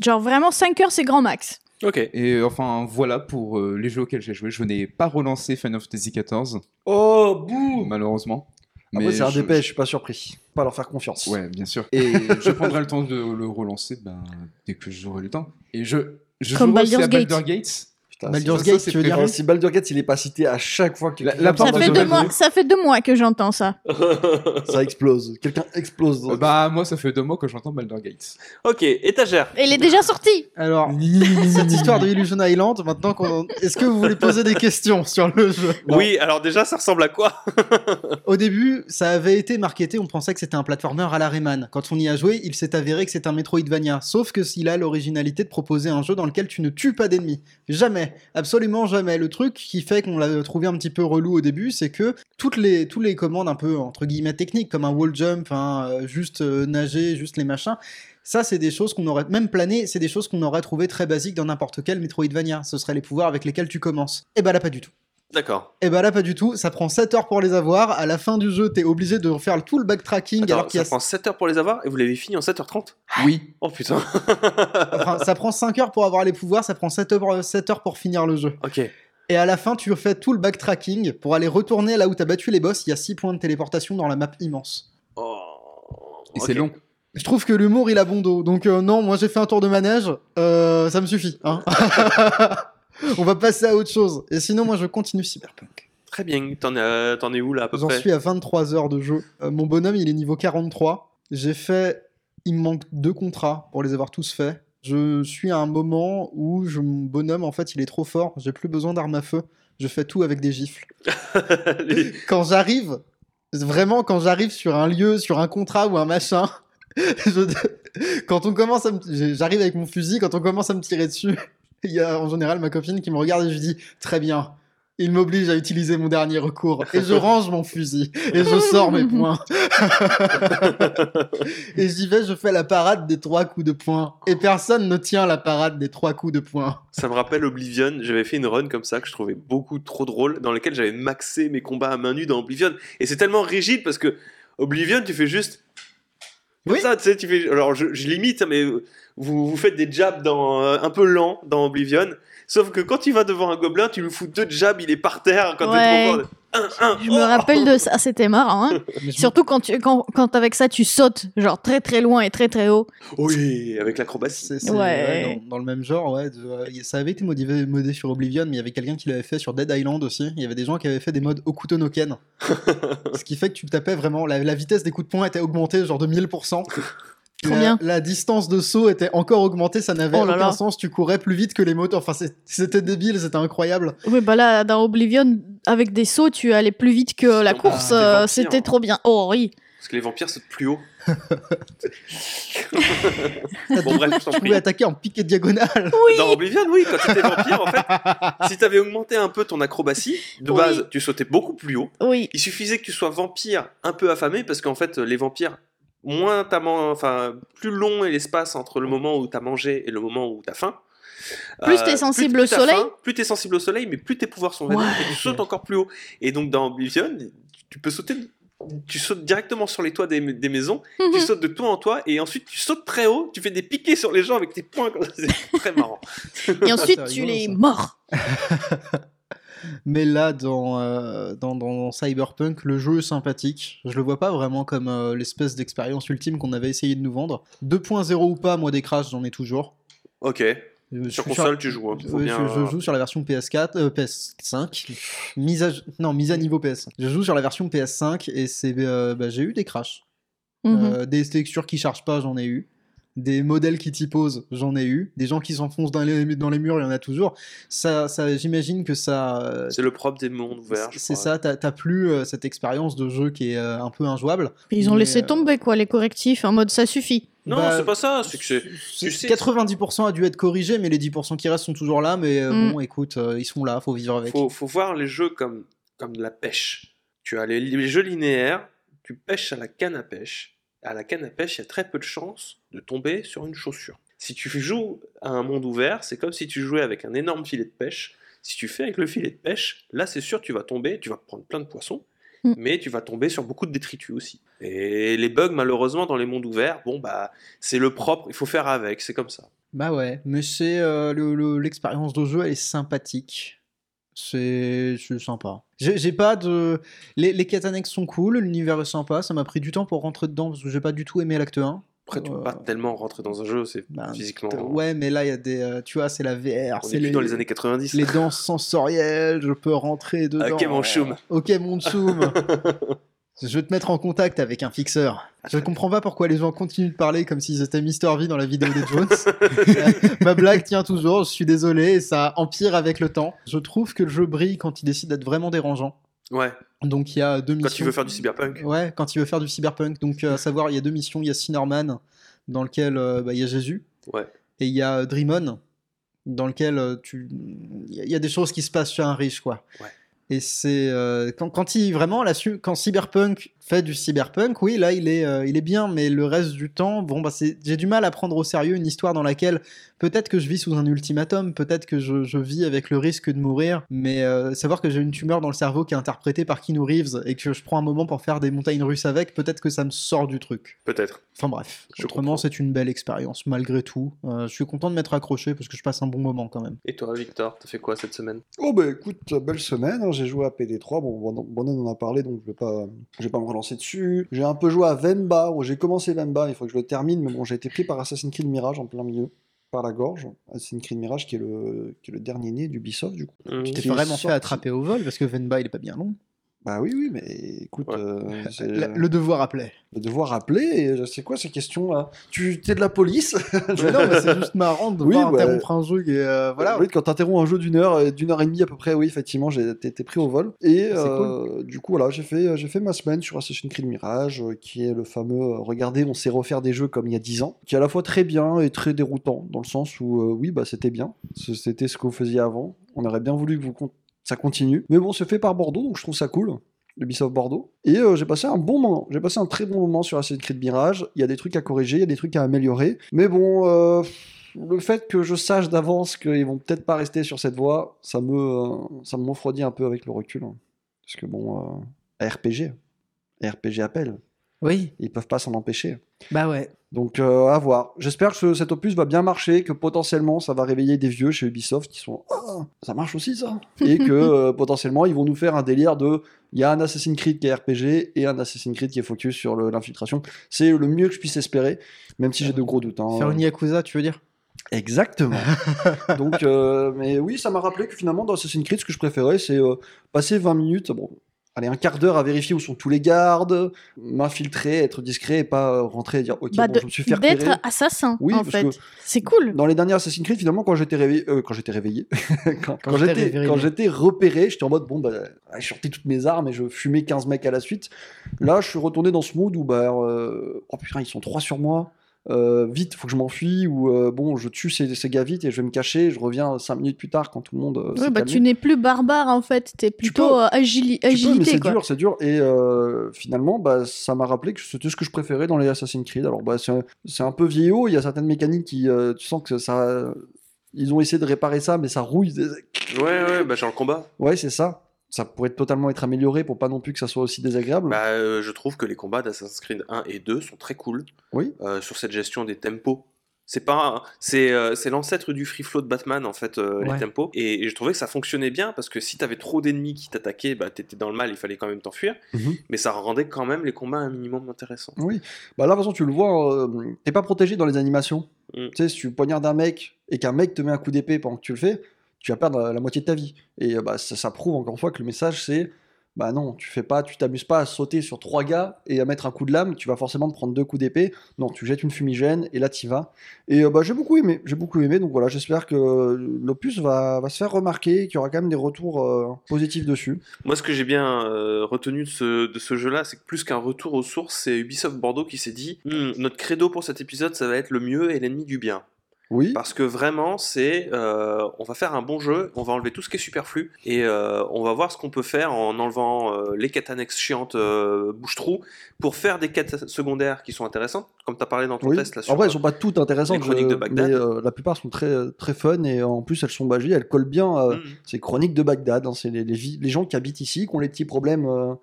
Genre, vraiment, 5 heures, c'est grand max.
Ok.
Et euh, enfin, voilà pour euh, les jeux auxquels j'ai joué. Je n'ai pas relancé Final Fantasy XIV,
Oh, bouh
malheureusement.
Après, Ah c'est
je-
RDP, je... suis pas surpris. Pas leur faire confiance.
Ouais, bien sûr. Et je prendrai le temps de le relancer ben, dès que j'aurai le temps. Et je, je
Comme
jouerai aussi
Baldur's
à
Gate.
Baldur's Gate.
Putain,
Baldur's
ça,
Gate,
c'est
tu veux dire
Enfin, si Baldur's Gate, il est pas cité à chaque fois que
La-
quelqu'un
la
parle
Ça
de
porte
fait,
de
deux
Valkyrie.
mois, ça fait deux mois que j'entends ça.
ça explose. Quelqu'un explose.
Euh, Bah, moi, ça fait deux mois que j'entends Baldur's Gate.
ok. Étagère.
Et Il est déjà sorti
Alors, cette histoire de Illusion Island, maintenant qu'on. en- Est-ce que vous voulez poser des questions sur le jeu
Oui. Alors déjà, ça ressemble à quoi
Au début, ça avait été marketé, on pensait que c'était un platformer à la Rayman. Quand on y a joué, il s'est avéré que c'est un Metroidvania. Sauf que s'il a l'originalité de proposer un jeu dans lequel tu ne tues pas d'ennemis. Jamais. Absolument jamais. Le truc qui fait qu'on l'a trouvé un petit peu relou au début, c'est que toutes les, toutes les commandes un peu, entre guillemets, techniques, comme un wall jump, hein, euh, juste euh, nager, juste les machins, ça, c'est des choses qu'on aurait, même planer, c'est des choses qu'on aurait trouvé très basiques dans n'importe quel Metroidvania. Ce seraient les pouvoirs avec lesquels tu commences. Et bah là, pas du tout.
D'accord.
Et bah là, pas du tout. Ça prend 7 heures pour les avoir. À la fin du jeu, t'es obligé de refaire tout le backtracking. alors
Attends,
qu'il y
ça
a...
prend 7 heures pour les avoir et vous l'avez fini en 7h30
Oui.
Oh putain.
enfin, ça prend 5 heures pour avoir les pouvoirs. Ça prend 7 heures, 7 heures pour finir le jeu.
Ok.
Et à la fin, tu refais tout le backtracking pour aller retourner là où t'as battu les boss. Il y a 6 points de téléportation dans la map immense.
Oh.
Et
Ok.
c'est long.
Je trouve que l'humour, il a bon dos. Donc, euh, non, moi j'ai fait un tour de manège. Euh, ça me suffit. hein. On va passer à autre chose. Et sinon, moi je continue Cyberpunk.
Très bien. T'en es, euh, t'en es où là à peu
J'en
près
suis à 23 heures de jeu. Euh, mon bonhomme, il est niveau 43. J'ai fait. Il me manque deux contrats pour les avoir tous faits. Je suis à un moment où je... mon bonhomme, en fait, il est trop fort. J'ai plus besoin d'armes à feu. Je fais tout avec des gifles.
Les-
Quand j'arrive, vraiment, quand j'arrive sur un lieu, sur un contrat ou un machin, je- quand on commence à me... j'ai- J'arrive avec mon fusil, quand on commence à me tirer dessus, il y a en général ma copine qui me regarde et je dis Très bien. Il m'oblige à utiliser mon dernier recours. Et je range mon fusil. Et je sors mes points. et j'y vais, je fais la parade des trois coups de poing. Et personne ne tient la parade des trois coups de poing.
Ça me rappelle Oblivion. J'avais fait une run comme ça que je trouvais beaucoup trop drôle, dans laquelle j'avais maxé mes combats à main nue dans Oblivion. Et c'est tellement rigide parce que Oblivion, tu fais juste. Comme
Oui.
ça, tu sais, tu fais. Alors, je, je limite, hein, mais vous, vous faites des jabs dans, euh, un peu lents dans Oblivion. Sauf que quand tu vas devant un gobelin, tu lui fous deux jabs, il est par terre quand
Ouais.
t'es trop fort. Un, un,
Je me
oh
rappelle de ça, c'était marrant. Hein
Mais je-
Surtout quand, tu, quand, quand avec ça, tu sautes, genre très très loin et très très haut.
Oui, avec l'acrobatie.
C'est, c'est-
Ouais.
ouais, dans, dans le même genre, ouais. de- euh, y- ça avait été modifié, modé sur Oblivion, mais il y avait quelqu'un qui l'avait fait sur Dead Island aussi. Il y avait des gens qui avaient fait des modes Okuto no Ken. ce qui fait que tu tapais vraiment. La, la vitesse des coups de poing était augmentée, genre de 1000%.
Trop
la,
bien.
la distance de saut était encore augmentée, ça n'avait
Oh là
aucun
là.
sens. Tu courais plus vite que les motos. Enfin, c'est- c'était débile, c'était incroyable.
Oui, bah là, dans Oblivion, avec des sauts, tu allais plus vite que
C'était
la
en
course.
bas,
euh,
c'était vampire.
C'était trop bien. Oh oui.
Parce que les vampires sautent plus haut. Bon, bref, je t'en
Tu
prie.
pouvais attaquer en piqué diagonale.
Dans Oblivion, oui, quand t'étais vampire, en fait, si t'avais augmenté un peu ton acrobatie, de
Oui.
base, tu sautais beaucoup plus haut.
Oui.
Il suffisait que tu sois vampire un peu affamé, parce qu'en fait, les vampires, moins t'as man- enfin, plus long est l'espace entre le moment où t'as mangé et le moment où t'as faim. Euh,
Plus t'es sensible au
t'as
soleil.
faim, plus t'es sensible au soleil, mais plus tes pouvoirs sont réduits et tu sautes encore plus haut. Et donc dans Oblivion, tu peux sauter, tu sautes directement sur les toits des, des maisons,
Mhm.
tu sautes de toit en toit et ensuite tu sautes très haut, tu fais des piquets sur les gens avec tes poings. comme ça. C'est très marrant.
Et ensuite,
C'est
tu
rigolo,
les
ça.
mords.
Mais là, dans, euh, dans, dans- dans Cyberpunk, le jeu est sympathique. Je le vois pas vraiment comme euh, l'espèce d'expérience ultime qu'on avait essayé de nous vendre. 2.0 ou pas, moi des crashs, j'en ai toujours.
Ok.
Euh, je
Sur
suis
console, tu joues. hein. Faut
Ouais,
bien,
je, je
euh,
joue sur la version PS4, euh, PS5, mise à, non, mise à niveau PS. Je joue sur la version PS5 et c'est, euh, bah, j'ai eu des crashs.
Mhm.
Euh, des textures qui chargent pas, j'en ai eu. Des modèles qui t'y posent, j'en ai eu. Des gens qui s'enfoncent dans les, dans les murs, il y en a toujours. Ça, ça, j'imagine que ça. euh,
C'est le propre des mondes ouverts. je
c'est
crois.
ça, t'as t'as plus euh, cette expérience de jeu qui est euh, un peu injouable.
Ils ont
Mais,
laissé
euh,
tomber, quoi, les correctifs, en mode ça suffit.
Non,
Bah,
c'est pas ça. Ah, C'est que c'est.
C'est-
tu sais-
90% a dû être corrigé, mais les 10% qui restent sont toujours là. Mais euh,
Mm.
bon, écoute, euh, ils sont là, faut vivre avec.
Faut, faut voir les jeux comme, comme de la pêche. Tu as les, les jeux linéaires, tu pêches à la canne à pêche. À la canne à pêche, il y a très peu de chances de tomber sur une chaussure. Si tu joues à un monde ouvert, c'est comme si tu jouais avec un énorme filet de pêche. Si tu fais avec le filet de pêche, là c'est sûr tu vas tomber, tu vas prendre plein de poissons,
Hmm.
Mm.
mais tu vas tomber sur beaucoup de détritus aussi. Et les bugs malheureusement dans les mondes ouverts, bon bah c'est le propre, il faut faire avec, c'est comme ça.
Bah ouais, mais c'est euh, le- le- l'expérience de jeu, elle est sympathique. C'est c'est sympa. J'ai j'ai pas de. Les, les quêtes annexes sont cool, l'univers est sympa. Ça m'a pris du temps pour rentrer dedans parce que j'ai pas du tout aimé l'acte 1.
Après tu peux
Euh,
pas tellement rentrer dans un jeu, c'est
bah,
physiquement.
Ouais, mais là, il y a des. euh, tu vois, c'est la VR.
on est
c'est
plus dans les années 90.
les danses sensorielles, je peux rentrer dedans.
Ok, mon choum.
Ok, mon choum. Je vais te mettre en contact avec un fixeur.
Ah,
Je ne comprends pas pourquoi les gens continuent de parler comme s'ils étaient Mr. V dans la vidéo des Jones. Euh, Ma blague tient toujours, je suis désolé, et ça empire avec le temps. Je trouve que le jeu brille quand il décide d'être vraiment dérangeant.
Ouais,
Donc il y a deux missions.
quand tu veux faire du cyberpunk.
Ouais, quand il veut faire du cyberpunk. Donc euh, à savoir, il y a deux missions, il y a Cinerman, dans lequel euh, bah, il y a Jésus.
Ouais.
Et il y a Dreamon, dans lequel euh, tu... il y a- il y a des choses qui se passent chez un riche, quoi.
Ouais.
Et c'est euh, quand, quand il vraiment là, quand cyberpunk fait du cyberpunk, oui là il est euh, il est bien, mais le reste du temps, bon bah c'est j'ai du mal à prendre au sérieux une histoire dans laquelle peut-être que je vis sous un ultimatum, peut-être que je, je vis avec le risque de mourir, mais euh, savoir que j'ai une tumeur dans le cerveau qui est interprétée par Keanu Reeves et que je prends un moment pour faire des montagnes russes avec, peut-être que ça me sort du truc.
Peut-être.
Enfin bref,
Je
autrement
comprends.
c'est une belle expérience malgré tout. Euh, je suis content de m'être accroché parce que je passe un bon moment quand même.
Et toi, Victor, t'as fait quoi cette semaine
Oh bah écoute, belle semaine, hein, j'ai joué à PD3, bon, Bon- Bonan en a parlé, donc je vais pas, je vais pas me relancer dessus. J'ai un peu joué à Vemba, où j'ai commencé Vemba, il faut que je le termine, mais bon, j'ai été pris par Assassin's Creed Mirage en plein milieu, par la gorge. Assassin's Creed Mirage qui est le, qui est le dernier né d'Ubisoft, du coup.
Hum,
Tu t'es
Qui est
vraiment fait
sorti-
attraper au vol parce que Venba il est pas bien long.
Bah oui, oui, mais écoute,
Ouais.
euh, c'est-
La- le devoir appelait.
le devoir appeler, et je- c'est quoi ces questions-là Tu t'es de la police
Mais non, mais c'est juste marrant de
Oui,
devoir
bah,
interrompre un jeu et euh, voilà.
Oui, quand t'interromps un jeu d'une heure, euh, d'une heure et demie à peu près, oui, effectivement, j'ai été pris au vol. Et
C'est
euh, du coup, voilà, j'ai fait, j'ai fait ma semaine sur Assassin's Creed Mirage, euh, qui est le fameux euh, Regardez, on sait refaire des jeux comme il y a 10 ans, qui est à la fois très bien et très déroutant, dans le sens où, euh, oui, bah, c'était bien, C- c'était ce que vous faisiez avant, on aurait bien voulu que vous con- ça continue. Mais bon, c'est fait par Bordeaux, donc je trouve ça cool. Ubisoft Bordeaux. Et euh, j'ai passé un bon moment. J'ai passé un très bon moment sur Assassin's Creed Mirage. Il y a des trucs à corriger, il y a des trucs à améliorer. Mais bon, euh, le fait que je sache d'avance qu'ils vont peut-être pas rester sur cette voie, ça me, euh, ça me refroidit un peu avec le recul. hein. Parce que bon, euh, RPG, RPG appelle,
Oui,
ils peuvent pas s'en empêcher.
bah ouais.
Donc euh, à voir. J'espère que ce- cet opus va bien marcher, que potentiellement ça va réveiller des vieux chez Ubisoft qui sont ah, ça marche aussi ça et que euh, potentiellement ils vont nous faire un délire de il y a un Assassin's Creed qui est RPG et un Assassin's Creed qui est focus sur le- l'infiltration. C'est le mieux que je puisse espérer, même si j'ai de gros doutes. hein.
Euh, Faire une Yakuza, tu veux dire
Exactement. Donc, euh, mais oui, ça m'a rappelé que finalement, dans Assassin's Creed, ce que je préférais, c'est euh, passer 20 minutes, bon, allez, un quart d'heure à vérifier où sont tous les gardes, m'infiltrer, être discret et pas euh, rentrer et dire, ok,
Bah,
bon,
de-
je me suis fait repérer.
D'être assassin,
Oui,
en
parce
fait.
que-
C'est cool.
Dans les derniers Assassin's Creed, finalement, quand j'étais réveillé, euh, quand j'étais réveillé, quand, quand
Quand j'étais
j'étais
réveillé.
quand j'étais repéré, j'étais en mode bon bah, je sortais toutes mes armes et je fumais 15 mecs à la suite. Là, je suis retourné dans ce mood où bah euh, oh putain, ils sont trois sur moi. euh, vite, faut que je m'enfuis, ou euh, bon, je tue ces, ces gars vite et je vais me cacher, je reviens 5 minutes plus tard quand tout le monde. euh,
Oui,
s'est
bah,
calmé.
tu n'es plus barbare en fait, t'es plutôt
peux.
euh, agili-
Tu peux, mais
agilité
c'est
quoi.
dur, c'est dur. Et euh, finalement, bah, ça m'a rappelé que c'était ce que je préférais dans les Assassin's Creed. Alors, bah, c'est un- c'est un peu vieillot. Il y a certaines mécaniques qui, euh, tu sens que ça, ils ont essayé de réparer ça, mais ça rouille.
Ouais, ouais, bah genre le combat.
Ouais, c'est ça. Ça pourrait totalement être amélioré pour pas non plus que ça soit aussi désagréable.
Bah, euh, je trouve que les combats d'Assassin's Creed 1 et 2 sont très cool.
Oui.
Euh, sur cette gestion des tempos. C'est pas, un- c'est, euh, c'est l'ancêtre du free flow de Batman en fait euh,
Ouais.
les tempos. Et, et je trouvais que ça fonctionnait bien parce que si t'avais trop d'ennemis qui t'attaquaient, bah t'étais dans le mal, il fallait quand même t'enfuir.
Mhm.
Mais ça rendait quand même les combats un minimum intéressants.
Oui, bah là, de toute façon, tu le vois, euh, t'es pas protégé dans les animations.
Mm.
Tu sais, si tu poignardes un mec et qu'un mec te met un coup d'épée pendant que tu le fais, tu vas perdre euh, la moitié de ta vie. Et euh, bah, ça, ça prouve encore une fois que le message, c'est bah non, tu fais pas, tu t'amuses pas à sauter sur trois gars et à mettre un coup de lame, tu vas forcément te prendre deux coups d'épée. Non, tu jettes une fumigène et là, t'y vas. Et euh, bah, j'ai beaucoup aimé, j'ai beaucoup aimé, donc voilà, j'espère que euh, l'opus va, va se faire remarquer, qu'il y aura quand même des retours euh, positifs dessus.
Moi, ce que j'ai bien euh, retenu de ce, de ce jeu-là, c'est que plus qu'un retour aux sources, c'est Ubisoft Bordeaux qui s'est dit Hmm, notre credo pour cet épisode, ça va être le mieux et l'ennemi du bien.
Oui,
Parce que vraiment, c'est euh, on va faire un bon jeu, on va enlever tout ce qui est superflu et euh, on va voir ce qu'on peut faire en enlevant euh, les quêtes annexes chiantes euh, bouche-trou pour faire des quêtes secondaires qui sont intéressantes, comme tu as parlé dans ton
Oui.
test là sur
En vrai, elles sont pas toutes intéressantes,
les chroniques
je-
de Bagdad.
mais euh, la plupart sont très très fun et euh, en plus elles sont bah, je dis, elles collent bien. euh,
Mhm.
C'est chroniques de Bagdad, hein, c'est les, les vi- les gens qui habitent ici, qui ont les petits problèmes. euh,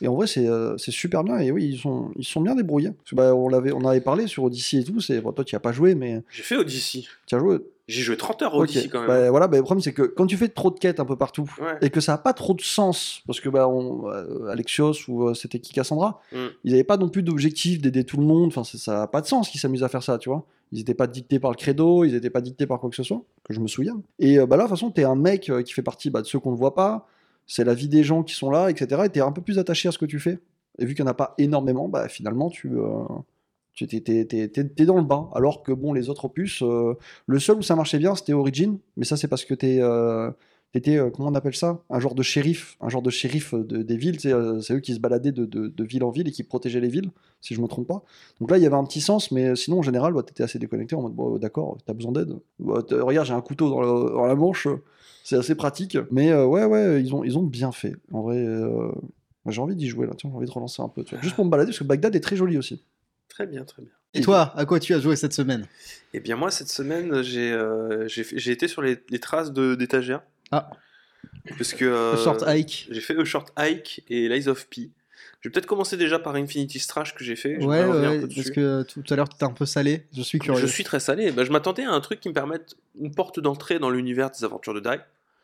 et en vrai, c'est euh, c'est super bien. Et oui, ils sont ils sont bien débrouillés. Parce que, bah, on l'avait on en avait parlé sur Odyssey et tout. C'est bon, toi, tu n'y as pas joué, mais
J'ai fait Odyssey.
tu as joué.
J'ai joué 30 heures à
Ok.
Odyssey quand même.
Bah, voilà, bah, le problème c'est que quand tu fais trop de quêtes un peu partout
Ouais.
et que ça a pas trop de sens, parce que bah, on, euh, Alexios ou euh, c'était qui Cassandra,
Mm.
ils n'avaient pas non plus d'objectif d'aider tout le monde. Enfin, c'est- ça a pas de sens qu'ils s'amusent à faire ça, tu vois. Ils n'étaient pas dictés par le credo, ils n'étaient pas dictés par quoi que ce soit, que je me souviens. Et euh, bah là, de toute façon, t'es un mec euh, qui fait partie bah, de ceux qu'on ne voit pas. C'est la vie des gens qui sont là, etc. Et t'es un peu plus attaché à ce que tu fais. Et vu qu'il n'y en a pas énormément, bah finalement, tu euh, tu- t'es t'es- t'es- t'es- t'es dans le bain. Alors que bon, les autres opus, euh, le seul où ça marchait bien, c'était Origin. Mais ça, c'est parce que t'es euh, t'étais, euh, comment on appelle ça Un genre de shérif, un genre de shérif euh, de- des villes. tu sais, euh, C'est eux qui se baladaient de, de- de ville en ville et qui protégeaient les villes, si je me trompe pas. Donc là, il y avait un petit sens, mais sinon, en général, bah, t'étais assez déconnecté en mode, bon, d'accord, t'as besoin d'aide. Bah, t'as- regarde, j'ai un couteau dans, le- dans la manche, euh, c'est assez pratique. Mais euh, ouais, ouais, ils ont, ils ont bien fait. En vrai, euh, moi, j'ai envie d'y jouer là, tiens, j'ai envie de relancer un peu. tu vois. Juste pour me balader, parce que Bagdad est très joli aussi.
Très bien, très bien.
Et toi, à quoi tu as joué cette semaine
Eh bien moi cette semaine j'ai euh, j'ai fait- j'ai été sur les, les traces de d'étagères.
Ah.
Parce que euh,
Le short hike.
j'ai fait A Short Hike et Lies of P. Je vais peut-être commencer déjà par Infinity Strash que j'ai fait.
Ouais,
je vais revenir un
ouais,
peu
parce
dessus.
que euh, tout à l'heure, t'es un peu salé. Je suis curieux.
Je suis très salé. Bah, je m'attendais à un truc qui me permette une porte d'entrée dans l'univers des aventures de Die.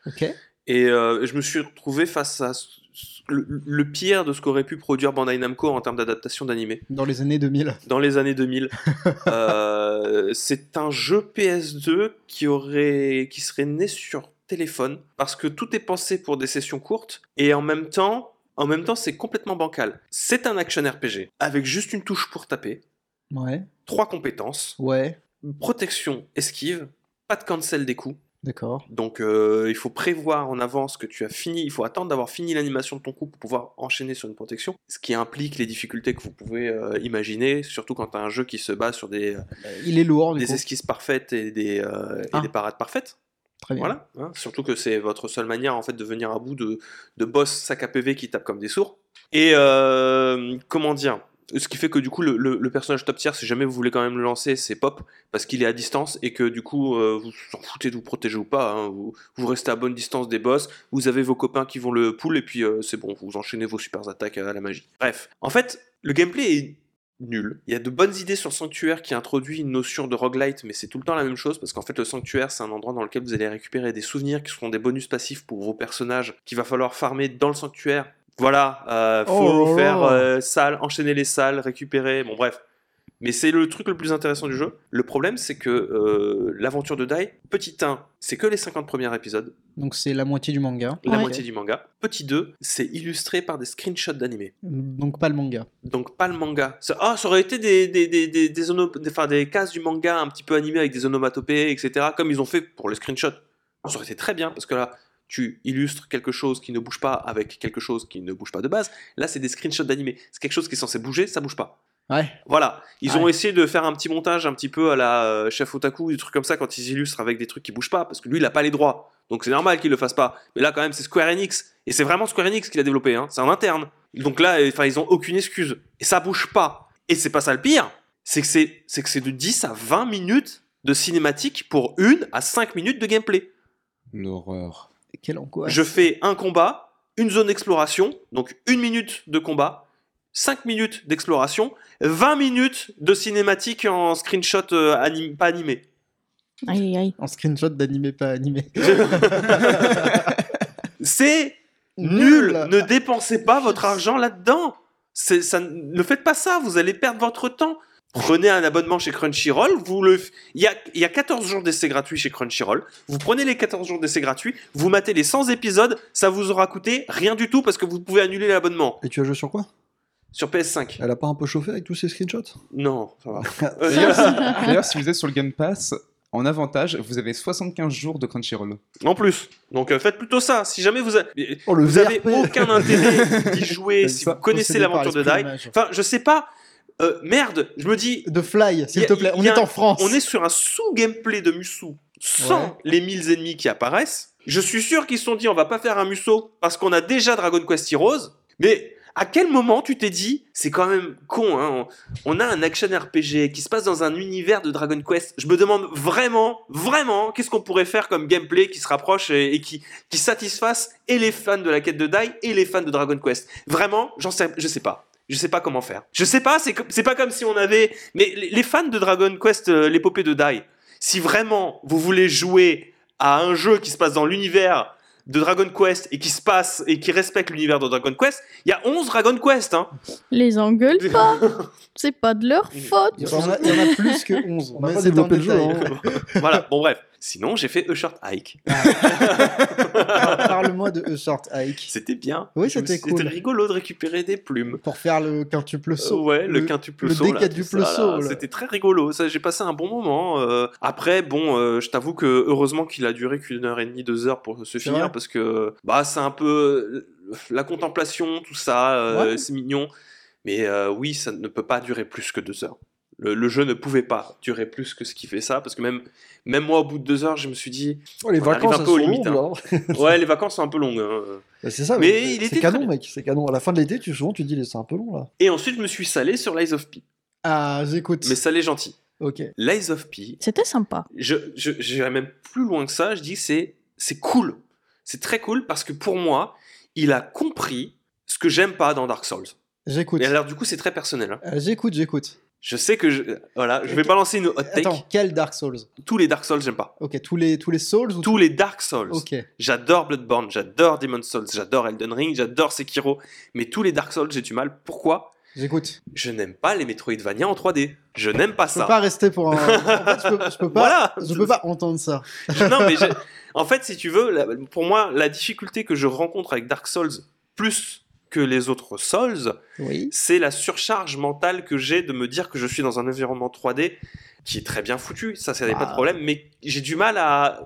Ok.
Et euh, je me suis retrouvé face à s- s- le, le pire de ce qu'aurait pu produire Bandai Namco en termes d'adaptation d'animé
Dans les années 2000.
dans les années 2000. Euh, c'est un jeu PS2 qui, aurait, qui serait né sur téléphone parce que tout est pensé pour des sessions courtes et en même temps, en même temps c'est complètement bancal. C'est un action RPG avec juste une touche pour taper,
Ouais.
trois compétences,
Ouais.
protection, esquive, pas de cancel des coups.
D'accord.
Donc euh, il faut prévoir en avance que tu as fini, il faut attendre d'avoir fini l'animation de ton coup pour pouvoir enchaîner sur une protection, ce qui implique les difficultés que vous pouvez euh, imaginer, surtout quand tu as un jeu qui se base sur des,
Euh, Il est lourd, du
des
coup.
esquisses parfaites et des, euh, et
Ah.
des parades parfaites.
Très bien.
Voilà. hein. Surtout que c'est votre seule manière en fait de venir à bout de, de boss sac à PV qui tapent comme des sourds. Et euh, comment dire ce qui fait que du coup le, le- le personnage top tier, si jamais vous voulez quand même le lancer, c'est pop parce qu'il est à distance et que du coup euh, vous vous en foutez de vous protéger ou pas. hein. Vous, vous restez à bonne distance des boss, vous avez vos copains qui vont le pull et puis euh, c'est bon, vous enchaînez vos super attaques à la magie. Bref, en fait le gameplay est nul. Il y a de bonnes idées sur Sanctuaire qui introduit une notion de roguelite, mais c'est tout le temps la même chose parce qu'en fait le Sanctuaire c'est un endroit dans lequel vous allez récupérer des souvenirs qui seront des bonus passifs pour vos personnages qu'il va falloir farmer dans le Sanctuaire. Voilà, euh, faut
Oh là
faire
là.
euh, salle, enchaîner les salles, récupérer, bon bref. Mais c'est le truc le plus intéressant du jeu. Le problème c'est que euh, l'aventure de Dai, petit 1, c'est que les 50 premiers épisodes,
Donc, c'est la moitié du manga.
la
Ouais.
moitié du manga. Petit 2, c'est illustré par des screenshots d'animé.
Donc, pas le manga.
Donc pas le manga. Ça, ah, ça aurait été des, des, des, des, des, ono- des- enfin, des cases du manga un petit peu animées avec des onomatopées, etc. Comme ils ont fait pour les screenshots. Ça aurait été très bien parce que là, tu illustres quelque chose qui ne bouge pas avec quelque chose qui ne bouge pas de base. Là, c'est des screenshots d'animé. C'est quelque chose qui est censé bouger, ça bouge pas.
Ouais.
Voilà, ils
Ouais.
ont essayé de faire un petit montage un petit peu à la euh, chef otaku, des trucs comme ça quand ils illustrent avec des trucs qui bougent pas, parce que lui il a pas les droits, donc c'est normal qu'il le fasse pas. Mais là quand même c'est Square Enix, et c'est vraiment Square Enix qui l'a développé, hein. c'est en interne. Donc là, euh, enfin ils ont aucune excuse, et ça bouge pas. Et c'est pas ça le pire, c'est que c'est c'est que c'est de 10 à 20 minutes de cinématique pour une à 5 minutes de gameplay.
L'horreur.
Quelle angoisse.
Je fais un combat, une zone d'exploration, donc une minute de combat, 5 minutes d'exploration, 20 minutes de cinématique en screenshot euh, anim- pas animé.
Aïe, aïe, aïe.
En screenshot d'animé pas animé.
C'est nul Ne dépensez pas votre argent là-dedans C'est- ça, Ne faites pas ça, vous allez perdre votre temps Prenez un abonnement chez Crunchyroll, vous le, f- il y a, il y a 14 jours d'essai gratuits chez Crunchyroll, vous prenez les 14 jours d'essai gratuits, vous matez les 100 épisodes, ça vous aura coûté rien du tout parce que vous pouvez annuler l'abonnement
Et tu as joué sur quoi
sur PS5.
Elle a pas un peu chauffé avec tous ces screenshots
Non, ça va. Euh,
D'ailleurs, si- d'ailleurs, si vous êtes sur le Game Pass, en avantage, vous avez 75 jours de Crunchyroll.
En plus, donc euh, faites plutôt ça. Si jamais vous, a-
Oh, le
vous avez
VRP.
aucun intérêt d'y jouer,
Comme
si
ça,
vous connaissez
Possédé par
l'aventure de
l'esprit
Dai,
mage.
Enfin, je sais pas. Euh, merde, je me dis,
De Fly,
Y
s'il
a-
te plaît. On
y a
est
un-
en France.
on est sur un sous-gameplay de Musu sans
Ouais.
les 1000 ennemis qui apparaissent. Je suis sûr qu'ils se sont dit, on va pas faire un Musso parce qu'on a déjà Dragon Quest Heroes. Mais à quel moment tu t'es dit, c'est quand même con, hein, on, on a un action RPG qui se passe dans un univers de Dragon Quest. Je me demande vraiment, vraiment, qu'est-ce qu'on pourrait faire comme gameplay qui se rapproche et, et qui, qui satisfasse et les fans de la quête de Dai et les fans de Dragon Quest. Vraiment, j'en sais, je sais pas. Je sais pas comment faire. Je sais pas, c'est comme- c'est pas comme si on avait. Mais les les fans de Dragon Quest, euh, l'épopée de Dai, si vraiment vous voulez jouer à un jeu qui se passe dans l'univers de Dragon Quest et qui se passe et qui respecte l'univers de Dragon Quest, il y a 11 Dragon Quest. Hein.
Les engueule pas. C'est pas de leur faute.
Il y en a, il y en a plus que 11.
On n'a
mais
pas
c'est
développé
un
le jeu.
détail.
hein.
voilà, bon bref. Sinon, j'ai fait E-Short Hike.
hein.
Par- Parle-moi de A Short Hike.
C'était bien.
Oui,
Je me
c'était
suis-
cool.
C'était rigolo de récupérer des plumes.
Pour faire le quintuple saut.
Euh, ouais, le,
Le-
quintuple
le
saut. là,
décatuple
tout ça, là,
saut, là.
C'était très rigolo. Ça, j'ai passé un bon moment. euh, après, bon, euh, je t'avoue que heureusement qu'il a duré qu'une heure et demie, deux heures pour se finir
vrai.
parce que bah c'est un peu euh, la contemplation, tout ça, euh,
Ouais.
c'est mignon. Mais euh, oui, ça ne peut pas durer plus que deux heures. Le, le jeu ne pouvait pas durer plus que ce qui fait ça parce que même même moi, au bout de deux heures, je me suis dit,
Oh, les
On arrive
vacances,
un
elles
peu aux
sont
limites,
longues, hein.
ouais, les vacances sont un peu longues. hein.
Bah, C'est ça,
Mais
mais
il
c'est-
était
c'est
très
canon, mec. C'est canon. À la fin de l'été, tu, souvent, tu te dis, c'est un peu long, là.
Et ensuite, je me suis salé sur Lies of P.
Ah, j'écoute.
Mais salé gentil.
Ok.
Lies of P,
C'était sympa.
je, je, j'irais même plus loin que ça, je dis que c'est, c'est cool. C'est très cool parce que pour moi, il a compris ce que j'aime pas dans Dark Souls.
J'écoute.
Et alors du coup, c'est très personnel. hein.
Euh, J'écoute, j'écoute.
Je sais que je, voilà, je vais
Ok.
pas lancer une hot take.
Attends, quel Dark Souls
Tous les Dark Souls, j'aime pas.
Ok, tous les, tous les Souls ou
Tous les Dark Souls.
Ok.
J'adore Bloodborne, j'adore Demon's Souls, j'adore Elden Ring, j'adore Sekiro, mais tous les Dark Souls, j'ai du mal. Pourquoi
J'écoute.
Je n'aime pas les Metroidvania en 3D. Je n'aime pas
Je peux
ça.
pas rester pour un. En fait, je peux, je peux pas.
Voilà.
Je peux pas entendre ça.
non, mais j'ai- en fait, si tu veux, la- pour moi, la difficulté que je rencontre avec Dark Souls plus que les autres Souls,
Oui.
c'est la surcharge mentale que j'ai de me dire que je suis dans un environnement 3D qui est très bien foutu. Ça, ça n'est pas de
Ah.
problème, mais j'ai du mal à.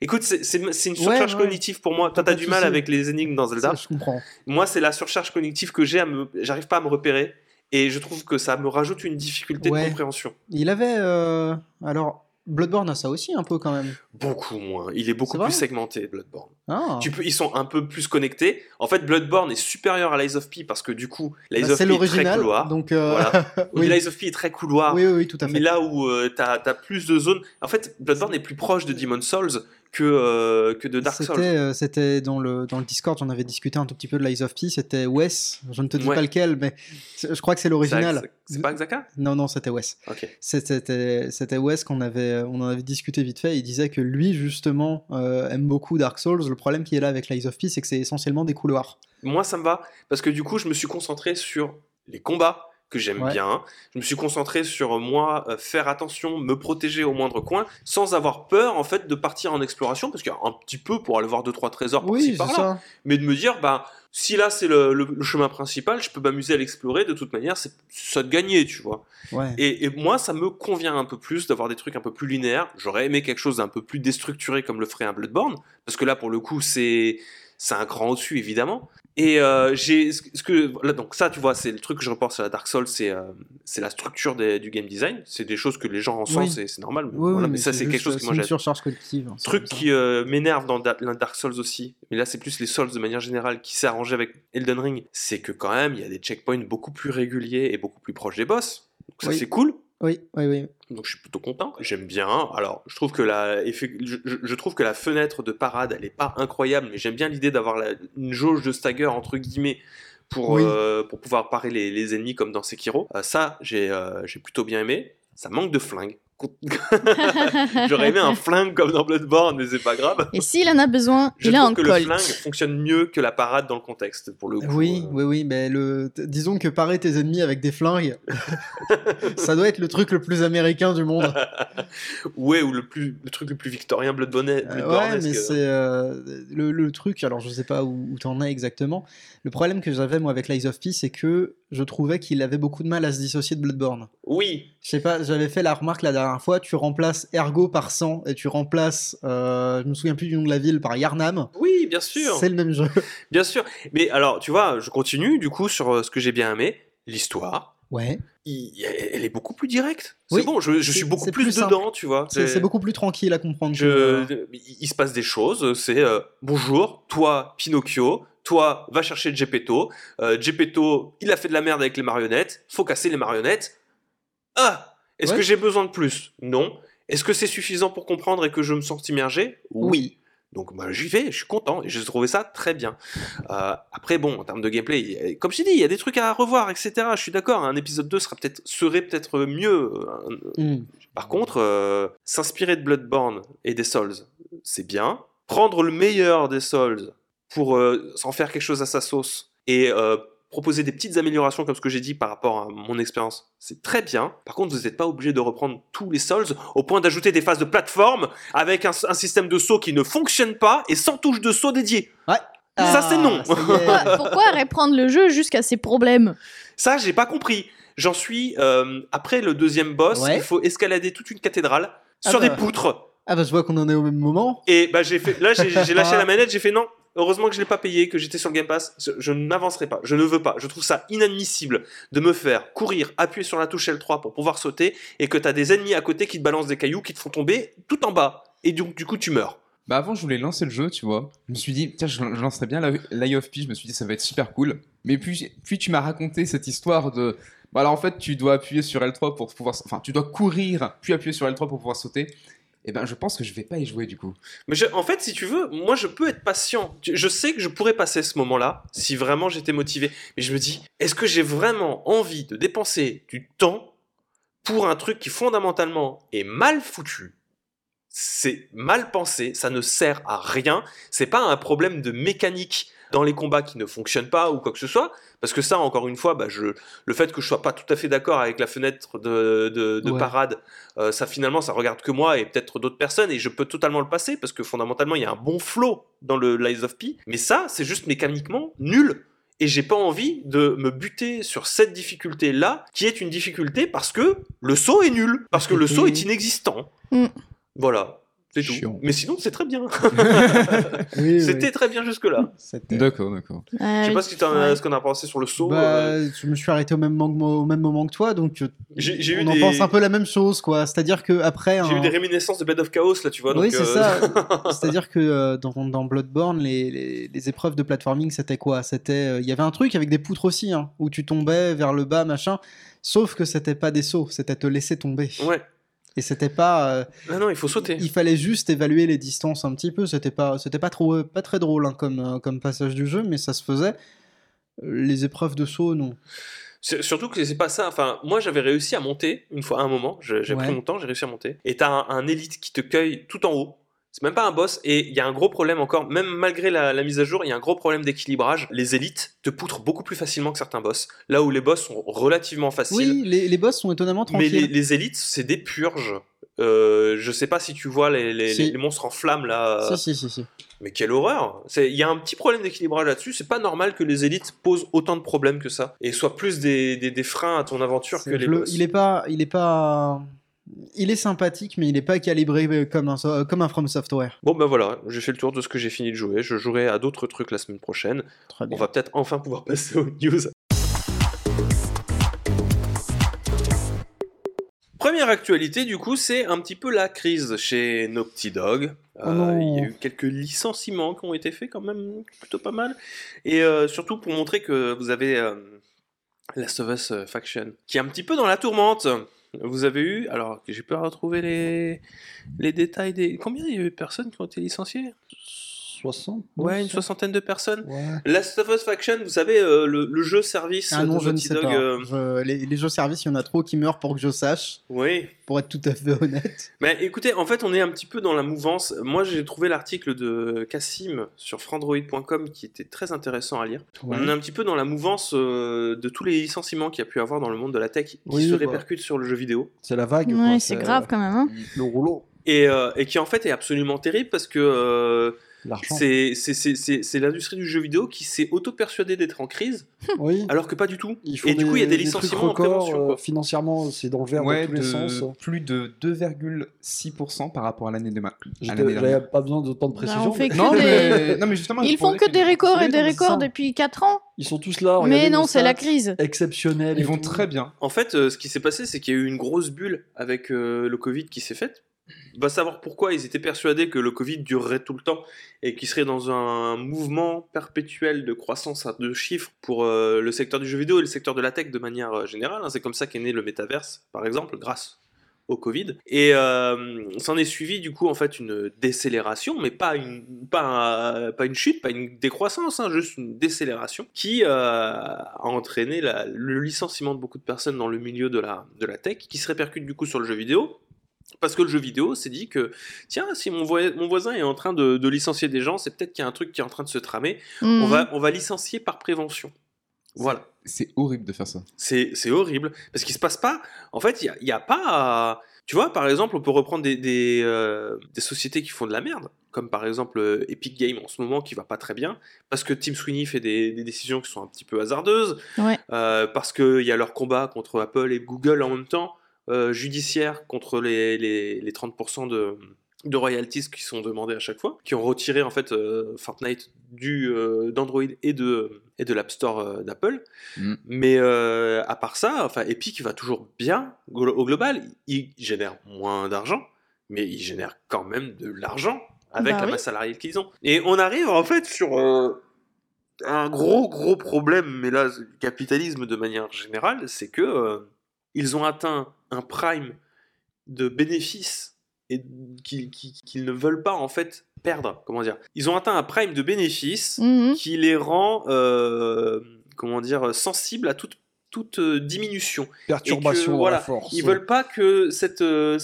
Écoute, c'est c'est- c'est une
Ouais,
surcharge
ouais.
cognitive pour moi. Toi,
Pas
t'as
de
du mal
souci.
avec les énigmes dans Zelda.
Ça, je comprends.
Moi, c'est la surcharge cognitive que j'ai. à me- J'arrive pas à me repérer. Et je trouve que ça me rajoute une difficulté de
Ouais.
compréhension.
Il avait. euh, Alors, Bloodborne a ça aussi un peu quand même.
Beaucoup moins. Il est beaucoup
C'est
plus
vrai
segmenté, Bloodborne.
Ah.
Tu peux- ils sont un peu plus connectés. En fait, Bloodborne est supérieur à Lies of P parce que du coup, Lies
Bah,
of P
c'est
est très
l'original.
couloir.
Donc, euh,
Voilà.
oui.
Lies of P est très couloir.
oui, oui, oui, tout à
mais
fait.
là où euh, t'as as plus de zones. En fait, Bloodborne est plus proche de Demon's Souls que, euh, que de Dark
C'était,
Souls.
euh, C'était dans le, dans le Discord, j'en avais discuté un tout petit peu de Lies of P. C'était Wes. Je ne te dis
Ouais.
pas lequel, mais c'est- je crois que c'est
C'est-
l'original.
c'est- C'est pas Xhaka
Non, non, c'était Wes.
Ok.
C'était c'était Wes qu'on avait, on en avait discuté vite fait. Il disait que lui, justement, euh, aime beaucoup Dark Souls. Le problème qui est là avec Lies of P, c'est que c'est essentiellement des couloirs.
Moi, ça me va parce que du coup, je me suis concentré sur les combats que j'aime
Ouais.
bien. Je me suis concentré sur euh, moi euh, faire attention, me protéger au moindre coin, sans avoir peur en fait de partir en exploration parce qu'il y a un petit peu pour aller voir deux trois trésors par-ci
Oui, c'est
par-là.
ça.
mais de me dire bah si là c'est le, le- le chemin principal je peux m'amuser à l'explorer de toute manière c'est ça de gagner tu vois
Ouais.
et, et moi ça me convient un peu plus d'avoir des trucs un peu plus linéaires j'aurais aimé quelque chose d'un peu plus déstructuré comme le ferait un Bloodborne parce que là pour le coup c'est c'est un cran au-dessus évidemment Et euh, j'ai ce que- ce que là, donc ça tu vois c'est le truc que je repense à Dark Souls c'est euh, c'est la structure des- du game design c'est des choses que les gens en
Oui.
sentent et c'est normal mais,
Ouais,
voilà,
ouais,
mais ça c'est quelque
juste,
chose
euh,
que moi
c'est une
j'aime
surcharge collective. hein, c'est
truc
comme ça.
qui euh, m'énerve dans Da- la Dark Souls aussi, mais là c'est plus les Souls de manière générale qui s'est arrangé avec Elden Ring, c'est que quand même il y a des checkpoints beaucoup plus réguliers et beaucoup plus proches des boss. Donc ça
Oui.
c'est cool.
Oui, oui, oui.
Donc je suis plutôt content. J'aime bien. Alors je trouve que la, effe- je, je- je trouve que la fenêtre de parade elle est pas incroyable, mais j'aime bien l'idée d'avoir la- une jauge de stagger entre guillemets. Pour,
Oui.
euh, pour pouvoir parer les, les ennemis comme dans Sekiro. Euh, ça, j'ai euh, j'ai plutôt bien aimé. Ça manque de flingue. J'aurais aimé un flingue comme dans Bloodborne, mais c'est pas grave.
Et s'il en a besoin,
Je
il a
trouve
un
que le
colt.
flingue fonctionne mieux que la parade dans le contexte, pour le coup.
Oui,
Euh,
oui, oui, mais le... t- disons que parer tes ennemis avec des flingues, ça doit être le truc le plus américain du monde.
Ouais, ou le, plus, le truc le plus victorien, Bloodborne.
Euh,
Bloodborne
ouais, mais c'est euh, le, le truc, alors je sais pas où, où t'en es exactement. Le problème que j'avais moi avec Lies of P, c'est que je trouvais qu'il avait beaucoup de mal à se dissocier de Bloodborne.
Oui,
Je sais pas, j'avais fait la remarque la dernière fois, tu remplaces Ergo par 100 et tu remplaces, euh, je me souviens plus du nom de la ville, par Yarnam.
oui, bien sûr.
C'est le même jeu.
Bien sûr. Mais alors, tu vois, je continue du coup sur euh, ce que j'ai bien aimé. L'histoire,
Ouais,
il- elle est beaucoup plus directe. C'est
Oui,
bon, je, je
c'est-
suis beaucoup
c'est
plus,
plus simple.
dedans, tu vois.
c'est c'est beaucoup plus tranquille à comprendre. que, euh,
Je- il il se passe des choses. C'est euh, bonjour, toi Pinocchio, toi va chercher Geppetto. Euh, Geppetto, il a fait de la merde avec les marionnettes. Faut casser les marionnettes. Ah, est-ce
Ouais.
que j'ai besoin de plus Non. Est-ce que c'est suffisant pour comprendre et que je me sens immergé Oui. Donc bah, j'y vais, je suis content et j'ai trouvé ça très bien. Euh, après bon, en termes de gameplay, il y a- comme je t'ai dit, il y a des trucs à revoir, etc. Je suis d'accord. Un épisode 2 sera peut-être serait peut-être mieux. euh, un-
hmm.
par contre, euh, s'inspirer de Bloodborne et des Souls, c'est bien. Prendre le meilleur des Souls pour euh, s'en faire quelque chose à sa sauce et euh, proposer des petites améliorations comme ce que j'ai dit par rapport à mon expérience, c'est très bien. Par contre, vous n'êtes pas obligé de reprendre tous les Souls au point d'ajouter des phases de plateforme avec un, un système de saut qui ne fonctionne pas et sans touche de saut dédiée. Ça, c'est non.
Ah,
euh,
ça y est.
Pourquoi, pourquoi reprendre le jeu jusqu'à ses problèmes
Ça, j'ai pas compris. J'en suis euh, après le deuxième boss,
Ouais.
il faut escalader toute une cathédrale
Ah
sur
bah.
des poutres.
Ah bah je vois qu'on en est au même moment.
Et bah j'ai fait, là j'ai j'ai lâché la manette, j'ai fait non. Heureusement que je l'ai pas payé, que j'étais sur le Game Pass. Je, je n'avancerai pas, je ne veux pas. Je trouve ça inadmissible de me faire courir, appuyer sur la touche L3 pour pouvoir sauter et que t'as des ennemis à côté qui te balancent des cailloux, qui te font tomber tout en bas. Et donc du coup tu meurs.
Bah avant, je voulais lancer le jeu, tu vois. Je me suis dit, tiens, je, je lancerai bien l'Eye of P. Je me suis dit, ça va être super cool. Mais puis, puis tu m'as raconté cette histoire de. Bah alors en fait, tu dois appuyer sur L3 pour pouvoir. Enfin, tu dois courir, puis appuyer sur L3 pour pouvoir sauter. Et ben, je pense que je vais pas y jouer du coup.
Mais je- en fait, si tu veux, moi je peux être patient. Tu- Je sais que je pourrais passer ce moment-là si vraiment j'étais motivé. Mais je me dis, est-ce que j'ai vraiment envie de dépenser du temps pour un truc qui fondamentalement est mal foutu C'est mal pensé, ça ne sert à rien. C'est pas un problème de mécanique dans les combats qui ne fonctionnent pas ou quoi que ce soit. Parce que ça, encore une fois, bah, je, le fait que je sois pas tout à fait d'accord avec la fenêtre de, de- de
Ouais.
parade euh, ça finalement ça regarde que moi et peut-être d'autres personnes et je peux totalement le passer parce que fondamentalement il y a un bon flow dans le Lies of P mais ça c'est juste mécaniquement nul et j'ai pas envie de me buter sur cette difficulté là qui est une difficulté parce que le saut est nul parce que le saut est inexistant
Mm.
voilà c'est tout
Chiant.
mais sinon c'est très bien
Oui,
c'était très bien jusque là
C'était.
D'accord, d'accord.
je sais pas ce que t'en as-
Ah Ouais.
ce qu'on a pensé sur le saut euh,
Bah, je me suis arrêté au même, moment- au même moment que toi, donc euh,
j'ai j'ai eu
on en
des
pense un peu la même chose, quoi. C'est-à-dire que après,
j'ai eu
un-
des réminiscences de Bed of Chaos là tu vois donc,
oui, c'est
euh,
ça. C'est-à-dire que euh, dans, dans Bloodborne, les, les- les épreuves de platforming, c'était quoi C'était, euh, il y avait un truc avec des poutres aussi, hein, où tu tombais vers le bas, machin. Sauf que c'était pas des sauts, c'était te laisser tomber.
ouais
Et c'était pas, euh,
non non il faut sauter
il fallait juste évaluer les distances un petit peu. C'était pas, c'était pas trop, pas très drôle hein, comme, euh, comme passage du jeu, mais ça se faisait. Euh, Les épreuves de saut, non.
C'est- Surtout que c'est pas ça. Enfin, moi j'avais réussi à monter une fois à un moment. Je- J'ai
Ouais.
pris mon temps, j'ai réussi à monter. Et t'as un, un élite qui te cueille tout en haut. C'est même pas un boss. Et il y a un gros problème encore, même malgré la, la mise à jour, il y a un gros problème d'équilibrage. Les élites te poutrent beaucoup plus facilement que certains boss. Là où les boss sont relativement faciles.
Oui, les, les boss sont étonnamment
mais
tranquilles.
les, les élites, c'est des purges. Euh, je sais pas si tu vois les, les-
Si.
les monstres en flammes là.
Si, si, si, si.
Mais quelle horreur C'est- Il y a un petit problème d'équilibrage là-dessus. C'est pas normal que les élites posent autant de problèmes que ça et soient plus des, des- des freins à ton aventure que
C'est-
les
le-
boss.
il est pas, il est pas Il est sympathique, mais il n'est pas calibré euh, comme un, so- euh, comme un From Software.
Bon ben voilà, j'ai fait le tour de ce que j'ai fini de jouer. Je jouerai à d'autres trucs la semaine prochaine.
Très
On
bien.
va peut-être enfin pouvoir passer aux news. Première actualité, du coup, c'est un petit peu la crise chez nos petits dogs.
Oh
Euh,
non.
il y a eu quelques licenciements qui ont été faits quand même plutôt pas mal. Et euh, surtout pour montrer que vous avez euh, Last of Us euh, Faction, qui est un petit peu dans la tourmente. Vous avez eu, alors j'ai pas retrouvé les, les détails des... Combien il y a eu de personnes qui ont été licenciées
60
Ouais, une soixantaine de personnes.
Ouais.
Last of Us Faction, vous savez, euh, le, le jeu service
Ah non,
de
je ne
Naughty
sais
Dog,
pas.
euh,
Je- les, les jeux services, il y en a trop qui meurent pour que je sache,
oui.
pour être tout à fait honnête.
Mais écoutez, en fait, on est un petit peu dans la mouvance. Moi, j'ai trouvé l'article de Cassim sur frandroid.com qui était très intéressant à lire. On est un petit peu dans la mouvance euh, de tous les licenciements qu'il y a pu avoir dans le monde de la tech qui
Oui,
se
bah.
répercutent sur le jeu vidéo.
C'est la vague. quoi,
Ouais, c'est grave quand même. Hein.
Le rouleau,
Et, euh, et qui en fait est absolument terrible parce que euh,
l'argent.
c'est- c'est c'est- c'est- c'est l'industrie du jeu vidéo qui s'est auto-persuadée d'être en crise
Oui.
alors que pas du tout.
Ils font
Et du coup, il y a des
trucs
licenciements en
records,
prévention.
euh,
quoi.
financièrement, c'est dans le vert
Ouais,
dans tous
de-
les sens. hein.
plus de 2,6% par rapport à l'année de ma- à l'année
J'étais- J'avais
dernière.
pas besoin d'autant de précision.
on fait
mais-
que
Non
des-
mais... non, mais justement, je
Ils font
pourrais-
que des records et
Oui,
des
non, c'est ça.
records depuis 4 ans.
Ils sont tous là.
Mais
regardez
non,
nos
c'est la
stats,
crise.
Exceptionnelle.
Ils vont très bien.
En fait, euh, ce qui s'est passé, c'est qu'il y a eu une grosse bulle avec euh, le Covid qui s'est faite. Va savoir pourquoi ils étaient persuadés que le Covid durerait tout le temps et qu'il serait dans un mouvement perpétuel de croissance à deux chiffres pour euh, le secteur du jeu vidéo et le secteur de la tech de manière euh, générale. hein. C'est comme ça qu'est né le métaverse, par exemple, grâce au Covid. Et euh, s'en est suivi du coup en fait une décélération, mais pas une, pas, un- pas une chute, pas une décroissance, hein, juste une décélération qui euh, a entraîné la- le licenciement de beaucoup de personnes dans le milieu de la, de la tech, qui se répercute du coup sur le jeu vidéo. Parce que le jeu vidéo s'est dit que, tiens, si mon, voi- mon voisin est en train de, de licencier des gens, c'est peut-être qu'il y a un truc qui est en train de se tramer. On,
Mhm.
va, on va licencier par prévention. Voilà.
C'est horrible de faire ça.
C'est c'est horrible. Parce qu'il se passe pas. En fait, il n'y a, pas. euh, Tu vois, par exemple, on peut reprendre des, des, euh, des sociétés qui font de la merde. Comme par exemple euh, Epic Games en ce moment qui va pas très bien. Parce que Tim Sweeney fait des, des décisions qui sont un petit peu hasardeuses.
Ouais.
Euh, parce qu'il y a leur combat contre Apple et Google en même temps. euh, judiciaire contre les, les, les 30% de de royalties qui sont demandés à chaque fois, qui ont retiré en fait euh, Fortnite du euh, d'Android et de et de l'App Store euh, d'Apple.
Mm.
Mais euh, à part ça, enfin Epic va toujours bien glo- au global. Il génère moins d'argent, mais il génère quand même de l'argent avec
Bah
la
oui.
masse salariale qu'ils ont. Et on arrive en fait sur euh, un gros gros problème, mais là c'est du capitalisme de manière générale, c'est que euh, ils ont atteint un prime de bénéfices et qu'ils qu'ils- qu'ils ne veulent pas en fait perdre. Comment dire Ils ont atteint un prime de bénéfices
Mhm.
qui les rend euh, comment dire sensibles à toute toute euh, diminution.
Perturbation
Et que,
à
voilà,
la force.
Ils veulent pas que cette euh,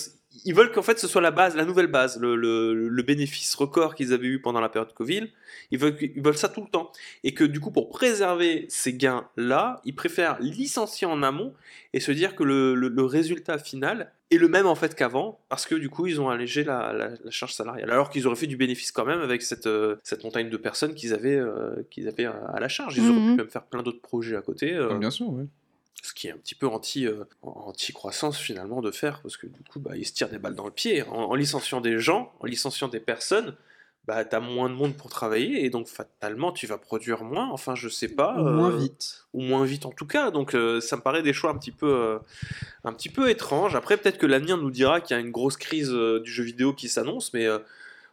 ils veulent qu'en fait ce soit la base, la nouvelle base, le, le- le bénéfice record qu'ils avaient eu pendant la période Covid. Ils veulent, ils veulent ça tout le temps. Et que du coup, pour préserver ces gains-là, ils préfèrent licencier en amont et se dire que le, le- le résultat final est le même en fait qu'avant, parce que du coup, ils ont allégé la, la- la charge salariale. Alors qu'ils auraient fait du bénéfice quand même avec cette, euh, cette montagne de personnes qu'ils avaient, euh, qu'ils avaient à à la charge. Ils auraient
Mhm.
pu même faire plein d'autres projets à côté. euh,
Bien sûr, oui.
ce qui est un petit peu anti, euh, anti-croissance finalement de faire, parce que du coup, bah, ils se tirent des balles dans le pied. En, en licenciant des gens, en licenciant des personnes, bah, t'as moins de monde pour travailler, et donc fatalement, tu vas produire moins, enfin, je sais pas.
Ou moins
euh,
vite.
Ou moins vite en tout cas, donc euh, ça me paraît des choix un petit peu, euh, un petit peu étranges. Après, peut-être que l'avenir nous dira qu'il y a une grosse crise euh, du jeu vidéo qui s'annonce, mais... euh,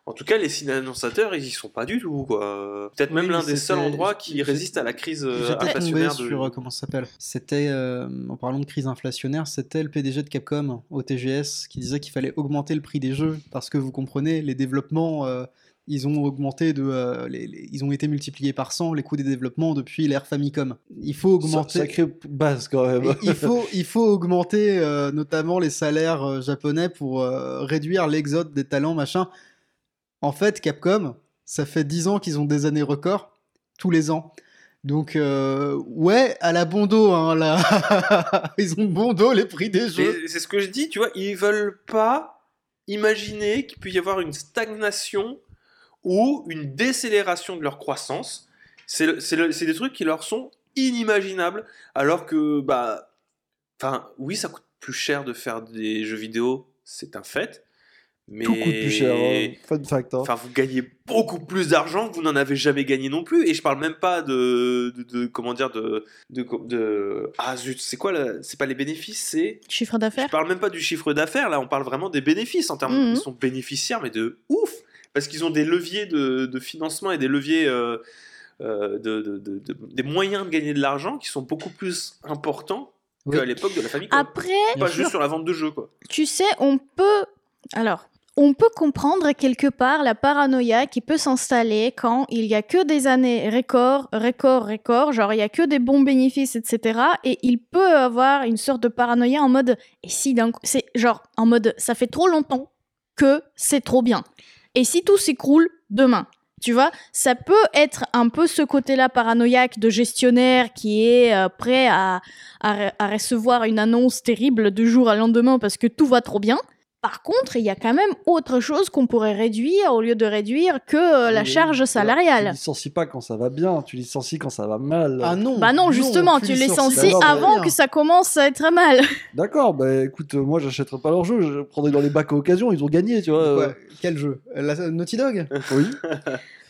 en tout cas, les signes annonceurs, ils y sont pas du tout. quoi. Peut-être
Oui,
même
mais
l'un des
c'était-
seuls endroits qui
j'ai-
résiste à la crise euh,
J'étais tombé
inflationnaire. de-
sur, euh, comment ça s'appelle C'était, euh, en parlant de crise inflationnaire, c'était le PDG de Capcom au TGS qui disait qu'il fallait augmenter le prix des jeux parce que vous comprenez, les développements, euh, ils ont augmenté de, euh, les- les- ils ont été multipliés par 100 les coûts des développements depuis l'ère Famicom. Il faut augmenter.
Sacré base quand même.
Il- il, faut, il faut augmenter euh, notamment les salaires euh, japonais pour euh, réduire l'exode des talents, machin. En fait, Capcom, ça fait 10 ans qu'ils ont des années records, tous les ans. Donc, euh, ouais, à la bon dos, hein, là. Ils ont bon dos les prix des jeux.
Mais C'est ce que je dis, tu vois, ils veulent pas imaginer qu'il puisse y avoir une stagnation ou une décélération de leur croissance. C'est le- c'est le- c'est des trucs qui leur sont inimaginables, alors que, bah, enfin, oui, ça coûte plus cher de faire des jeux vidéo, c'est un fait. Mais...
Tout coûte plus cher. hein. Fun fact. hein.
Enfin, vous gagnez beaucoup plus d'argent que vous n'en avez jamais gagné non plus. Et je parle même pas de, de, de- comment dire de, de, de- ah zut, c'est quoi là C'est pas les bénéfices, c'est.
Chiffre
Je
d'affaires
parle même pas du chiffre d'affaires. Là, on parle vraiment des bénéfices en termes.
Mhm.
Ils sont bénéficiaires, mais de ouf, parce qu'ils ont des leviers de, de financement et des leviers. euh, euh, de, de- de- de- des moyens de gagner de l'argent qui sont beaucoup plus importants
Oui.
qu'à l'époque de la famille.
Après,
Pas juste sur la vente de jeux, quoi.
tu sais, on peut. Alors, on peut comprendre quelque part la paranoïa qui peut s'installer quand il y a que des années records, records, records, genre il y a que des bons bénéfices, etc. Et il peut avoir une sorte de paranoïa en mode. Et si d'un coup. C'est genre en mode ça fait trop longtemps que c'est trop bien. Et si tout s'écroule demain tu vois, ça peut être un peu ce côté-là paranoïaque de gestionnaire qui est euh, prêt à, à, re- à recevoir une annonce terrible du jour au lendemain parce que tout va trop bien. Par contre, il y a quand même autre chose qu'on pourrait réduire au lieu de réduire que euh, la
Oui,
charge
voilà. Tu
salariale.
licencies pas quand ça va bien, tu licencies quand ça va mal.
Ah non.
Bah non, justement, tu les licencies
Bah non, mais-
avant que ça commence à être mal.
D'accord, bah écoute, euh, moi j'achèterai pas leur jeu, je prendrai dans les bacs à occasion, ils ont gagné, tu vois. euh,
Ouais, Quel jeu Euh, la- Naughty Dog
Oui.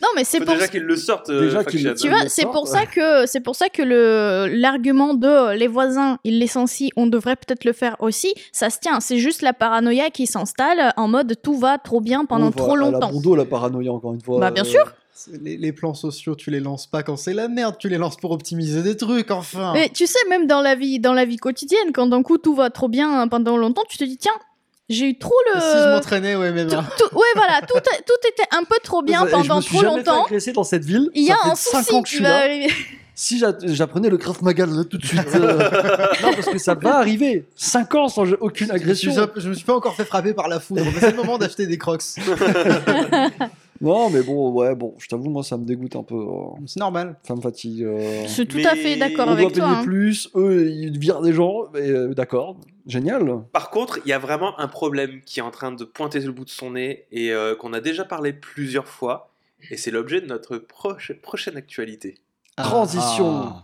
Non, mais c'est
Faut
pour
déjà qu'ils le sortent. euh,
Déjà
Faction.
qu'ils le-
Tu
Même
vois,
le
c'est
sort,
pour ça que c'est pour ça que le l'argument de euh, les voisins, ils licencient, on devrait peut-être le faire aussi, ça se tient. C'est juste la paranoïa qui s'installe en mode tout va trop bien pendant
Bon,
trop
voilà, Elle a
longtemps.
bon dos, la paranoïa, encore une fois.
Bah, bien
euh,
sûr.
C'est- les, les plans sociaux, tu les lances pas quand c'est la merde, tu les lances pour optimiser des trucs, enfin.
Mais tu sais, même dans la vie dans la vie quotidienne, quand d'un coup tout va trop bien hein, pendant longtemps, tu te dis tiens, j'ai eu trop le.
Si je m'entraînais, ouais, mais
tout, tout- ouais, voilà, tout, a- tout était un peu trop bien
je- je me
pendant
suis
trop
jamais fait
longtemps.
agresser dans cette ville.
Il y a
ça fait
un
cinq
souci
ans que je
qui
suis
va
là.
arriver.
Si j'a- j'apprenais le Krav Maga là, tout de suite. euh, non, parce que ça va arriver. 5 ans sans jeu- aucune
je, me suis,
agression.
je me suis pas encore fait frapper par la foudre, mais c'est le moment d'acheter des crocs.
Non, mais bon, ouais, bon, je t'avoue, moi ça me dégoûte un peu. hein.
C'est normal.
Ça me fatigue. euh.
Je suis tout
Mais
à fait d'accord
On doit
avec
payer
toi. hein.
plus, eux ils virent des gens, mais euh, d'accord, génial.
Par contre, il y a vraiment un problème qui est en train de pointer le bout de son nez et euh, qu'on a déjà parlé plusieurs fois. Et c'est l'objet de notre proche- prochaine actualité.
Transition.
Ah.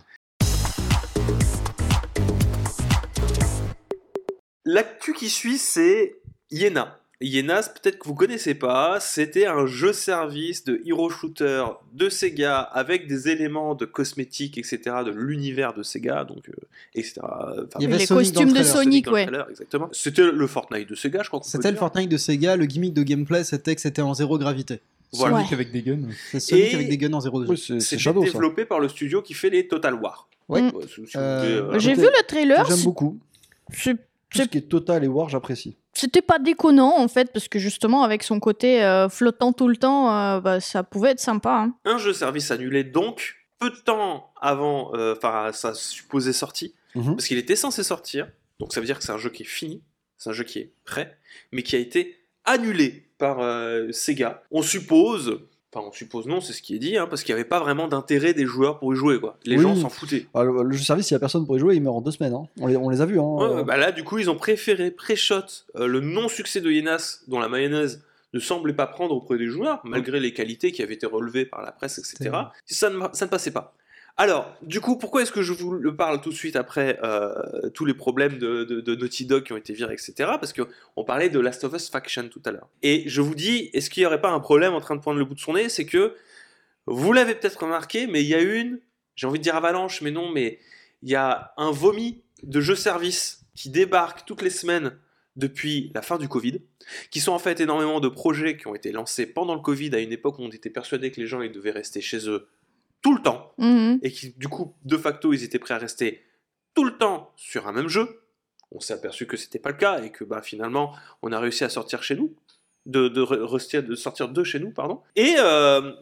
L'actu qui suit, c'est Iena. Iena, c'est peut-être que vous connaissez pas, c'était un jeu service de hero shooter de Sega avec des éléments de cosmétiques, etc., de l'univers de Sega, donc, euh, etc. Enfin,
Il y avait
Les
Sonic dans le
costumes de
trailer,
Sonic,
dans le
ouais.
trailer, exactement. C'était le Fortnite de Sega, je crois. qu'on peut
C'était le
dire.
Fortnite de Sega, le gimmick de gameplay c'était que c'était en zéro gravité.
Voilà.
Ouais.
Sonic avec des guns.
C'est Sonic
Et-
avec des guns en zéro
Oui,
gravité.
c'est c'est
C'était
Shadow ça.
développé par le studio qui fait les Total War.
Ouais.
Mm.
Ouais, si vous voulez,
Euh,
euh,
J'ai vu
Écoutez,
le trailer,
J'aime beaucoup.
c'est-
Tout ce qui est Total et War, j'apprécie.
c'était pas déconnant en fait, parce que justement avec son côté euh, flottant tout le temps, euh, bah, ça pouvait être sympa. hein.
un jeu service annulé donc peu de temps avant euh, enfin sa supposée sortie
Mhm.
parce qu'il était censé sortir donc ça veut dire que c'est un jeu qui est fini c'est un jeu qui est prêt mais qui a été annulé par euh, Sega on suppose enfin on suppose non c'est ce qui est dit hein, parce qu'il n'y avait pas vraiment d'intérêt des joueurs pour y jouer quoi les
Oui.
gens s'en foutaient
Ah, le, le jeu service, s'il n'y a personne pour y jouer, il meurt en deux semaines. hein. On, les, on les a vus. Hein.
Ouais, bah là, du coup, ils ont préféré pré-shot euh, le non-succès de Yenas, dont la mayonnaise ne semblait pas prendre auprès des joueurs, malgré les qualités qui avaient été relevées par la presse, etc. Ça ne, mar- ça ne passait pas. Alors, du coup, pourquoi est-ce que je vous le parle tout de suite après euh, tous les problèmes de, de- de Naughty Dog qui ont été virés, etc. Parce que on parlait de Last of Us Faction tout à l'heure. Et je vous dis, est-ce qu'il n'y aurait pas un problème en train de prendre le bout de son nez C'est que, vous l'avez peut-être remarqué, mais il y a une, j'ai envie de dire avalanche, mais non, mais il y a un vomi de jeux services qui débarquent toutes les semaines depuis la fin du Covid, qui sont en fait énormément de projets qui ont été lancés pendant le Covid à une époque où on était persuadé que les gens ils devaient rester chez eux tout le temps
Mhm.
et qui du coup de facto ils étaient prêts à rester tout le temps sur un même jeu. On s'est aperçu que c'était pas le cas et que bah, finalement on a réussi à sortir chez nous, de, de, re- restir- de sortir de chez nous pardon. Et euh,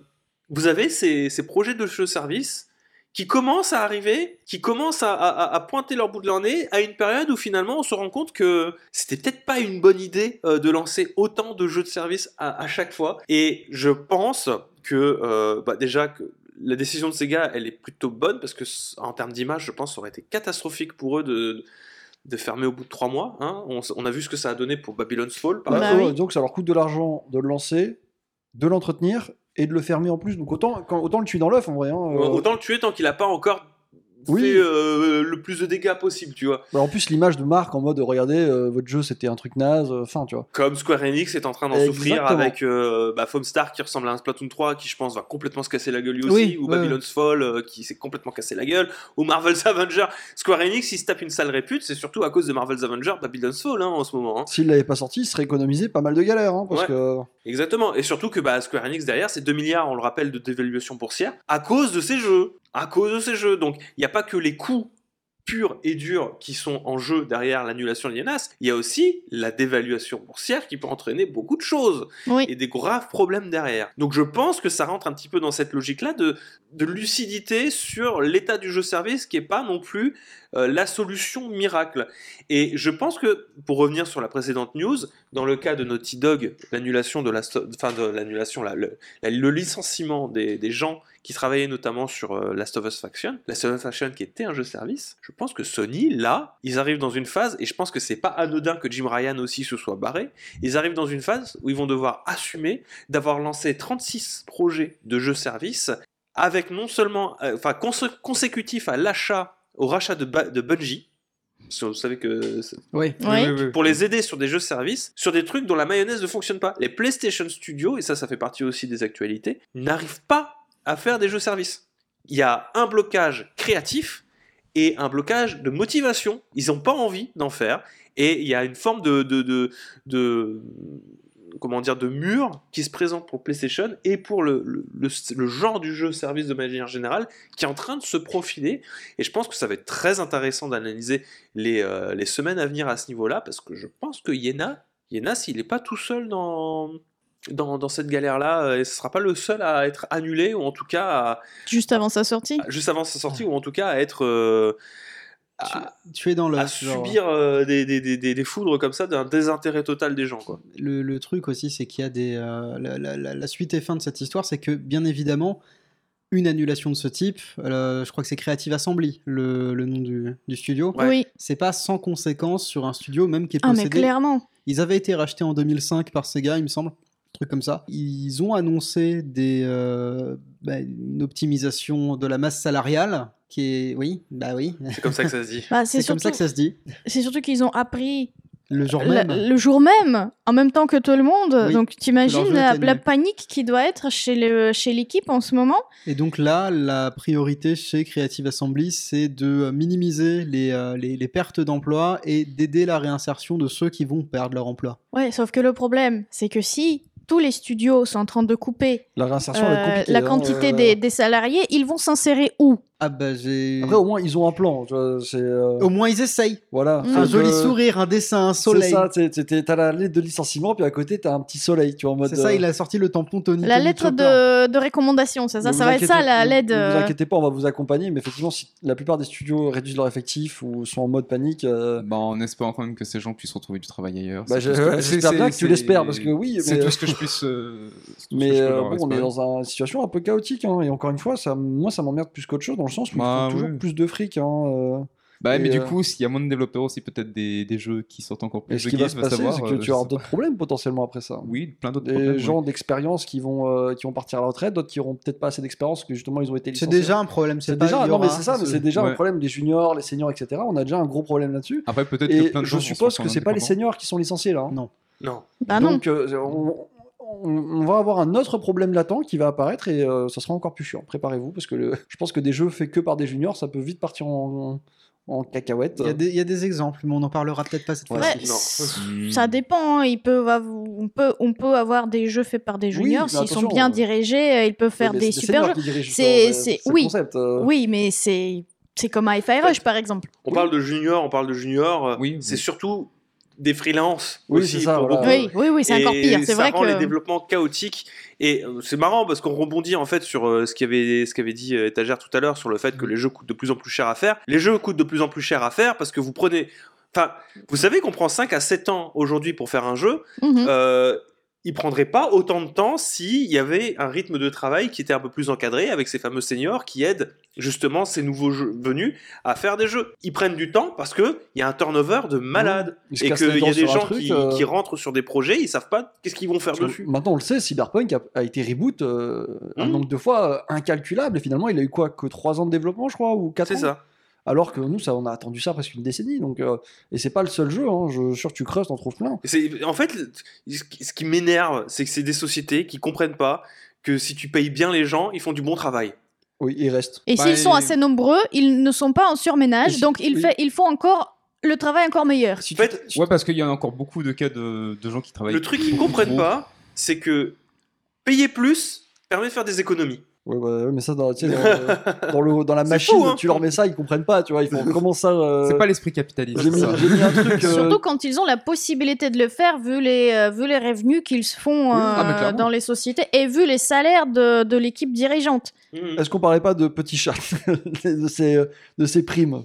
vous avez ces, ces projets de jeux service qui commencent à arriver, qui commencent à, à- à- à pointer leur bout de leur nez à une période où finalement on se rend compte que c'était peut-être pas une bonne idée euh, de lancer autant de jeux de service à, à chaque fois. Et je pense que euh, bah, déjà que la décision de Sega, elle est plutôt bonne parce que c- en termes d'image, je pense, ça aurait été catastrophique pour eux de, de fermer au bout de trois mois. hein. On, s- on a vu ce que ça a donné pour Babylon's Fall. Par
Bah
exemple.
Euh, Ouais,
oui.
ouais, Donc ça leur coûte de l'argent de le lancer, de l'entretenir et de le fermer en plus. Donc autant, quand- autant le tuer dans l'œuf en vrai. hein, euh,
Autant le tuer tant qu'il n'a pas encore
Oui.
fais euh, le plus de dégâts possible, tu vois.
Bah, en plus, l'image de marque en mode regardez, euh, votre jeu c'était un truc naze, euh, fin, tu vois.
Comme Square Enix est en train d'en souffrir
Exactement.
avec euh, bah, Foamstar qui ressemble à un Splatoon 3 qui, je pense, va complètement se casser la gueule lui aussi,
Oui,
ou
ouais.
Babylon's Fall euh, qui s'est complètement cassé la gueule, ou Marvel's Avenger. Square Enix, il se tape une sale répute, c'est surtout à cause de Marvel's Avenger, Babylon's Fall hein, en ce moment. hein.
S'il l'avait pas sorti, il serait économisé pas mal de galères, hein, parce
Ouais.
que.
Exactement. Et surtout que bah, Square Enix, derrière, c'est 2 milliards, on le rappelle, de dévaluation boursière à cause de ces jeux. À cause de ces jeux. Donc, il n'y a pas que les coûts purs et durs qui sont en jeu derrière l'annulation de l'INAS, il y a aussi la dévaluation boursière qui peut entraîner beaucoup de choses
Oui.
et des graves problèmes derrière. Donc je pense que ça rentre un petit peu dans cette logique-là de, de lucidité sur l'état du jeu-service qui n'est pas non plus euh, la solution miracle. Et je pense que, pour revenir sur la précédente news, dans le cas de Naughty Dog, l'annulation de la... sto- Enfin, de l'annulation, la- le, la- le licenciement des, des gens qui travaillaient notamment sur euh, Last of Us Faction, Last of Us Faction qui était un jeu service, je pense que Sony, là, ils arrivent dans une phase, et je pense que c'est pas anodin que Jim Ryan aussi se soit barré, ils arrivent dans une phase où ils vont devoir assumer d'avoir lancé 36 projets de jeux service avec non seulement, euh, enfin, consé- consécutif à l'achat, au rachat de, Ba- de Bungie, Parce que vous savez que
Oui.
Ouais.
pour les aider sur des jeux services, sur des trucs dont la mayonnaise ne fonctionne pas. Les PlayStation Studios, et ça, ça fait partie aussi des actualités, n'arrivent pas à faire des jeux services. Il y a un blocage créatif et un blocage de motivation. Ils n'ont pas envie d'en faire. Et il y a une forme de, de, de, de- comment dire, de mur qui se présente pour PlayStation et pour le, le- le- le genre du jeu service de manière générale qui est en train de se profiler. Et je pense que ça va être très intéressant d'analyser les, euh, les semaines à venir à ce niveau-là, parce que je pense que Yena, Yena s'il n'est pas tout seul dans, dans, dans cette galère-là, euh, et ce ne sera pas le seul à être annulé, ou en tout cas, à-
Juste avant sa sortie.
juste avant sa sortie, ou en tout cas à être... euh,
Tu,
à,
tu es dans le,
à
genre,
subir euh, des, des, des, des- des foudres comme ça d'un désintérêt total des gens, quoi.
le, le truc aussi, c'est qu'il y a des. euh, la, la- la- la suite et fin de cette histoire, c'est que bien évidemment, une annulation de ce type, euh, je crois que c'est Creative Assembly, le, le nom du, du studio,
Ouais.
Oui.
c'est pas sans conséquence sur un studio même qui est
Ah, mais
possédé
clairement.
Ils avaient été rachetés en 2005 par Sega, il me semble, un truc comme ça. Ils ont annoncé des, euh, bah, une optimisation de la masse salariale, qui est, oui, bah oui,
C'est comme ça que ça se dit.
Bah, c'est
c'est comme
surtout,
ça que ça se dit.
c'est surtout qu'ils ont appris
Le jour
la-
même.
le jour même, en même temps que tout le monde.
Oui,
Donc
que
t'imagines
leur jeu
la,
était
la
nul.
panique qui doit être chez le chez l'équipe en ce moment.
Et donc là, la priorité chez Creative Assembly, c'est de euh, minimiser les, euh, les- les pertes d'emploi et d'aider la réinsertion de ceux qui vont perdre leur emploi.
Ouais, sauf que le problème, c'est que si tous les studios sont en train de couper
La réinsertion
euh,
va être compliquée,
la
hein,
quantité
euh,
des, des salariés, ils vont s'insérer où
Ah bah j'ai...
Après, au moins, ils ont un plan. Tu vois, c'est, euh,
Au moins ils essayent.
Voilà.
Mm.
C'est
Un joli
que-
sourire, un dessin, un
C'est
soleil.
ça, t'es- t'es- t'es- t'as la lettre de licenciement, puis à côté, t'as un petit soleil. Tu vois, en mode.
C'est ça,
euh,
il a sorti le tampon Tony.
La
Tony
lettre
Chopper.
de, de recommandation, c'est ça
euh, ne
Ça
vous
va être ça,
inquiétez-
la
ne-
l'aide.
Ne vous
euh,
inquiétez pas, on va vous accompagner, mais effectivement, si la plupart des studios réduisent leur effectif ou sont en mode panique. euh,
Bah, en espérant quand même que ces gens puissent retrouver du travail ailleurs.
bah,
C'est
je-
tout ce que-
ouais,
c'est-
J'espère
c'est-
bien que tu
c'est-
l'espères, parce que oui,
C'est
mais,
tout ce que je puisse. euh, c'est tout ce que
mais
je peux
euh,
leur
bon, on
espérer.
est dans une situation un peu chaotique, hein, et encore une fois, ça, moi, ça m'emmerde plus qu'autre chose, dans le sens où
Bah,
il faut
ouais.
toujours plus de fric. hein, euh,
Bah, ouais,
Et,
mais du
euh,
coup, s'il y a moins de développeurs aussi, peut-être des, des jeux qui sortent encore plus
Et ce
de
qui va
games,
se
va
passer,
savoir,
c'est que
euh,
tu auras
ça-
d'autres problèmes potentiellement après ça.
Oui, plein d'autres
Des
problèmes. oui.
gens d'expérience qui vont euh, qui vont partir à la retraite, d'autres qui auront peut-être pas assez d'expérience, parce que justement, ils ont été
C'est
licenciés.
déjà un problème.
C'est
pas,
déjà,
il y
non mais
aura-
c'est ça, mais c'est déjà un
Ouais.
problème des juniors, les seniors, etc. On a déjà un gros problème là-dessus.
Après, peut-être que
Et
plein de
je
gens. vont se
suppose
lancer en
que c'est pas les
indépendant.
seniors qui sont licenciés là. hein.
Non.
Non.
Bah non.
Donc euh, on, on- on va avoir un autre problème latent qui va apparaître et euh, ça sera encore plus chiant. Préparez-vous parce que le- je pense que des jeux faits que par des juniors, ça peut vite partir en, en cacahuète.
Il y, a des, il y a des exemples, mais on n'en parlera peut-être pas cette
Ouais.
Ouais,
fois-ci.
Non.
c- ça dépend. hein. Il peut, av- on, peut, on peut avoir des jeux faits par des
Oui,
juniors.
mais
S'ils sont
attention,
bien
euh,
dirigés, euh, ils peuvent faire
Mais
des
c'est
super
seniors
jeux.
qui dirigent,
C'est-
euh,
c'est-
le
oui.
concept. euh.
Oui, mais c'est c'est comme Hi-Fi Rush, par exemple.
On parle de junior, on parle de junior, euh,
Oui,
c'est
oui.
surtout des freelances
Oui,
aussi
c'est ça,
pour
voilà.
beaucoup.
Oui, oui, oui c'est encore
Et
pire. C'est
ça
vrai
rend les
que.
développements chaotiques et euh, c'est marrant parce qu'on rebondit en fait sur euh, ce qu'avait ce qu'avait dit euh, étagère tout à l'heure sur le fait que les jeux coûtent de plus en plus cher à faire. Les jeux coûtent de plus en plus cher à faire parce que vous prenez enfin vous savez qu'on prend 5 à 7 ans aujourd'hui pour faire un jeu,
Mhm.
euh, il prendrait pas autant de temps s'il y avait un rythme de travail qui était un peu plus encadré avec ces fameux seniors qui aident justement ces nouveaux jeux- venus à faire des jeux. Ils prennent du temps parce que il y a un turnover de malade
Ils se
et
cassent les
qu'il y
dents
a des
sur un
gens
truc,
qui,
euh,
qui rentrent sur des projets, ils savent pas qu'est-ce qu'ils vont faire
Parce que
dessus.
Maintenant, on le sait, Cyberpunk a, a été reboot euh, un
Mm.
nombre de fois euh, incalculable. Et finalement, il a eu quoi Que 3 ans de développement, je crois, ou 4 ans
C'est ça.
alors que nous, ça, on a attendu ça presque une décennie. Donc, euh, et c'est pas le seul jeu. Hein. Je suis sûr que tu creuses, t'en trouves plein.
C'est- En fait, le- ce qui- ce qui m'énerve, c'est que c'est des sociétés qui comprennent pas que si tu payes bien les gens, ils font du bon travail.
Oui, il reste.
Et
Bah,
s'ils sont
et-
assez nombreux, ils ne sont pas en surménage,
Et-
donc ils,
oui.
fait, ils font encore le travail encore meilleur.
Si
En fait,
tu-
Ouais, parce qu'il y en a encore beaucoup de cas de, de gens qui travaillent.
Le truc qu'ils
beaucoup
comprennent
trop.
pas, c'est que payer plus permet de faire des économies.
Ouais, bah, ouais, mais ça, dans, tu sais, dans, euh, dans le, dans la
C'est
machine,
fou, hein.
tu leur mets ça, ils comprennent pas, tu vois. Ils font comment ça. euh,
C'est pas l'esprit
j'ai
capitaliste.
mis,
ça.
j'ai mis un truc. euh,
Surtout quand ils ont la possibilité de le faire, vu les, euh, vu les revenus qu'ils se font
Oui, ah,
euh,
mais clairement.
dans les sociétés et vu les salaires de, de l'équipe dirigeante.
Mhm.
Est-ce qu'on parlait pas de petits chats, de ces, euh, de ces primes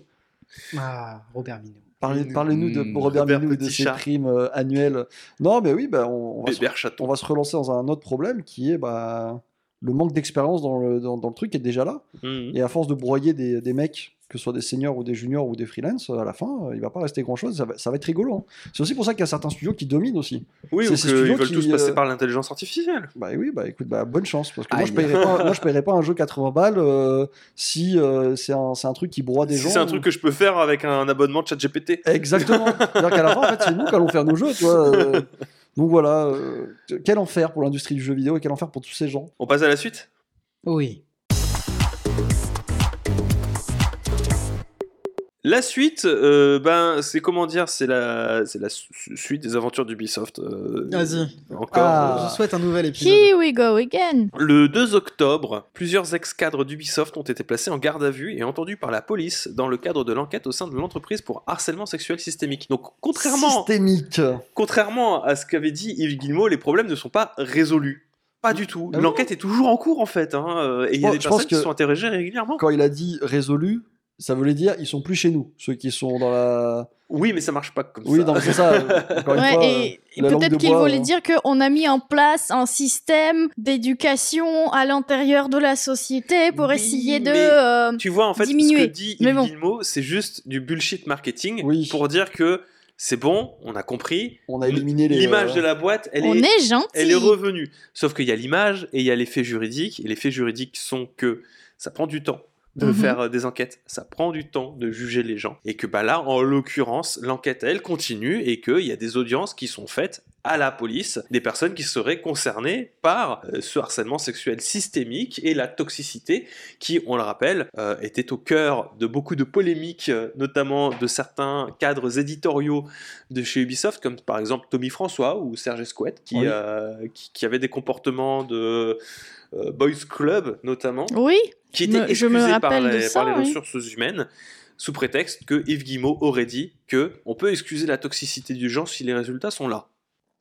Ah, Robert Minot.
Parlez-
Mmh.
Parlez-nous de Robert,
Mm, Robert
Minou et de
Petit
ses
Chat.
primes euh, annuelles. Non, mais oui, bah, on, on va se,
Bébert chaton.
on va se relancer dans un autre problème qui est bah, le manque d'expérience dans le, dans, dans le truc qui est déjà là.
Mhm.
Et à force de broyer des, des mecs, que ce soit des seniors ou des juniors ou des freelances, à la fin, euh, il va pas rester grand-chose. Ça va, ça va être rigolo. hein. C'est aussi pour ça qu'il y a certains studios qui dominent aussi.
Oui,
c'est
ou
ces
qu'ils
studios
veulent
qui,
tous passer
euh,
par l'intelligence artificielle.
Bah oui, bah écoute, bah, bonne chance. Parce que moi,
Aïe.
je paierais pas, moi, je paierais pas un jeu 80 balles euh, si euh, c'est un, c'est un truc qui broie des
Si
gens. euh.
c'est un truc que je peux faire avec un abonnement de chat GPT.
Exactement. C'est-à-dire qu'à la fin, en fait, c'est nous qui allons faire nos jeux, tu vois. euh. Donc voilà, euh, quel enfer pour l'industrie du jeu vidéo et quel enfer pour tous ces gens.
On passe à la suite
Oui.
La suite, euh, ben, c'est comment dire C'est la, c'est la su- su- suite des aventures d'Ubisoft. euh,
Vas-y.
Encore.
Ah.
Je souhaite un nouvel épisode.
Here we go again.
Le 2 octobre, plusieurs ex-cadres d'Ubisoft ont été placés en garde à vue et entendus par la police dans le cadre de l'enquête au sein de l'entreprise pour harcèlement sexuel systémique. Donc, contrairement,
Systémique.
contrairement à ce qu'avait dit Yves Guillemot, les problèmes ne sont pas résolus. Pas du tout.
Ah bon
L'enquête est toujours en cours, en fait. hein, euh, Et il y a
pense-
des
je pense
personnes qui
que-
sont interrogées régulièrement.
Quand il a dit résolu, ça voulait dire ils sont plus chez nous. Ceux qui sont dans la.
Oui, mais ça marche pas comme
Oui,
ça.
non, mais c'est ça. euh, Encore une
Ouais,
fois.
et
la langue de
peut-être qu'il
bois,
voulait
hein.
dire qu'on a mis en place un système d'éducation à l'intérieur de la société pour
Oui,
essayer de...
mais-
euh,
Tu vois, en fait, ce
Diminuer.
que dit
Mais
Yves
bon.
Guillemot, c'est juste du bullshit marketing
euh, Oui.
pour dire que c'est bon, on a compris,
euh, on a éliminé les.
l'image
euh,
de la boîte, elle
on
est
est gentil.
elle est revenue. Sauf qu'il y a l'image et il y a les faits juridiques. Et les faits juridiques sont que ça prend du temps de
Mhm.
faire euh, des enquêtes, ça prend du temps de juger les gens. Et que bah là, en l'occurrence, l'enquête, elle continue et qu'il y a des audiences qui sont faites à la police, des personnes qui seraient concernées par euh, ce harcèlement sexuel systémique et la toxicité qui, on le rappelle, euh, était au cœur de beaucoup de polémiques, euh, notamment de certains cadres éditoriaux de chez Ubisoft, comme par exemple Tommy François ou Serge Escouette, qui,
Oui.
euh, qui, qui avaient des comportements de euh, Boys Club notamment,
Oui,
qui
me-
étaient
je me
excusés par
rappelle de
les,
ça,
par les
oui.
ressources humaines, sous prétexte que Yves Guillemot aurait dit que on peut excuser la toxicité du genre si les résultats sont là.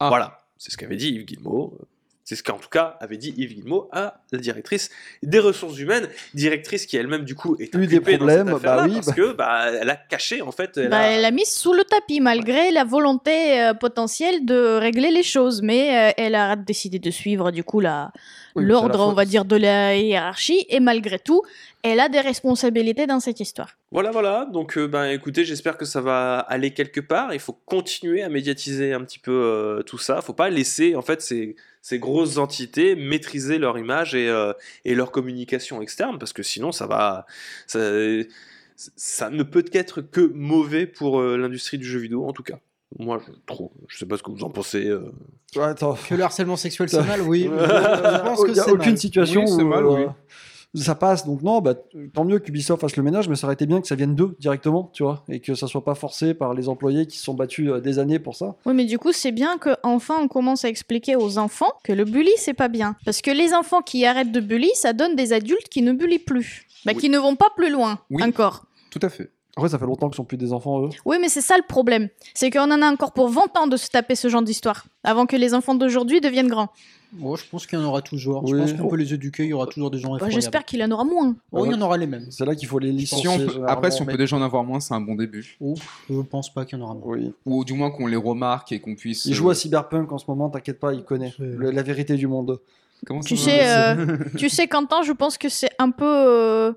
Ah.
Voilà, c'est ce qu'avait dit Yves Guillemot. C'est ce qu'en tout cas avait dit Yves Guillemot à la directrice des ressources humaines, directrice qui elle-même du coup est
Eu des
inculpée dans cette
problèmes, bah
affaire-là
oui,
parce
bah-
que bah, elle a caché en fait. elle
Bah,
a-
elle l'a mise sous le tapis malgré la volonté euh, potentielle de régler les choses, mais euh, elle a décidé de suivre du coup la
oui, c'est la
l'ordre, on
faute.
va dire, de la hiérarchie et malgré tout, elle a des responsabilités dans cette histoire.
Voilà, voilà. Donc, euh, ben, écoutez, j'espère que ça va aller quelque part. Il faut continuer à médiatiser un petit peu euh, tout ça. Faut pas laisser, en fait, ces, ces grosses entités maîtriser leur image et, euh, et leur communication externe, parce que sinon, ça va, ça, ça ne peut être que mauvais pour euh, l'industrie du jeu vidéo, en tout cas. Moi, je trouve. Je sais pas ce que vous en pensez. euh.
Attends.
Que le harcèlement sexuel, c'est mal, oui.
Euh,
Je pense que
Il n'y a
c'est
aucune
mal.
situation
Oui, c'est
où
mal, oui.
euh, ça passe. Donc non, bah, tant mieux qu'Ubisoft fasse le ménage, mais ça aurait été bien que ça vienne d'eux directement, tu vois, et que ça soit pas forcé par les employés qui se sont battus euh, des années pour ça.
Oui, mais du coup, c'est bien que enfin on commence à expliquer aux enfants que le bully, c'est pas bien. Parce que les enfants qui arrêtent de bully, ça donne des adultes qui ne bullient plus. Bah,
Oui.
qui ne vont pas plus loin
Oui.
encore.
Tout à fait.
Après, ça fait longtemps qu'ils sont plus des enfants, eux.
Oui, mais c'est ça le problème. C'est qu'on en a encore pour 20 ans de se taper ce genre d'histoire, avant que les enfants d'aujourd'hui deviennent grands.
Moi, je pense qu'il y en aura toujours. Je
Oui.
pense qu'on peut les éduquer. Il y aura toujours des gens
Bah,
effroyables.
J'espère qu'il en aura moins.
Oh, il y en aura les mêmes.
C'est là qu'il faut les licencier.
Si on peut- Après, si on
généralement,
peut déjà en avoir moins, c'est un bon début.
Oh, Je pense pas qu'il y en aura moins.
mais- Oui.
Ou du moins qu'on les remarque et qu'on puisse.
Il
euh,
joue à Cyberpunk en ce moment, t'inquiète pas, il connaît
C'est-
le- la vérité du monde.
comment ça
Tu
va
sais, euh, tu sais, Quentin, je pense que c'est un peu euh,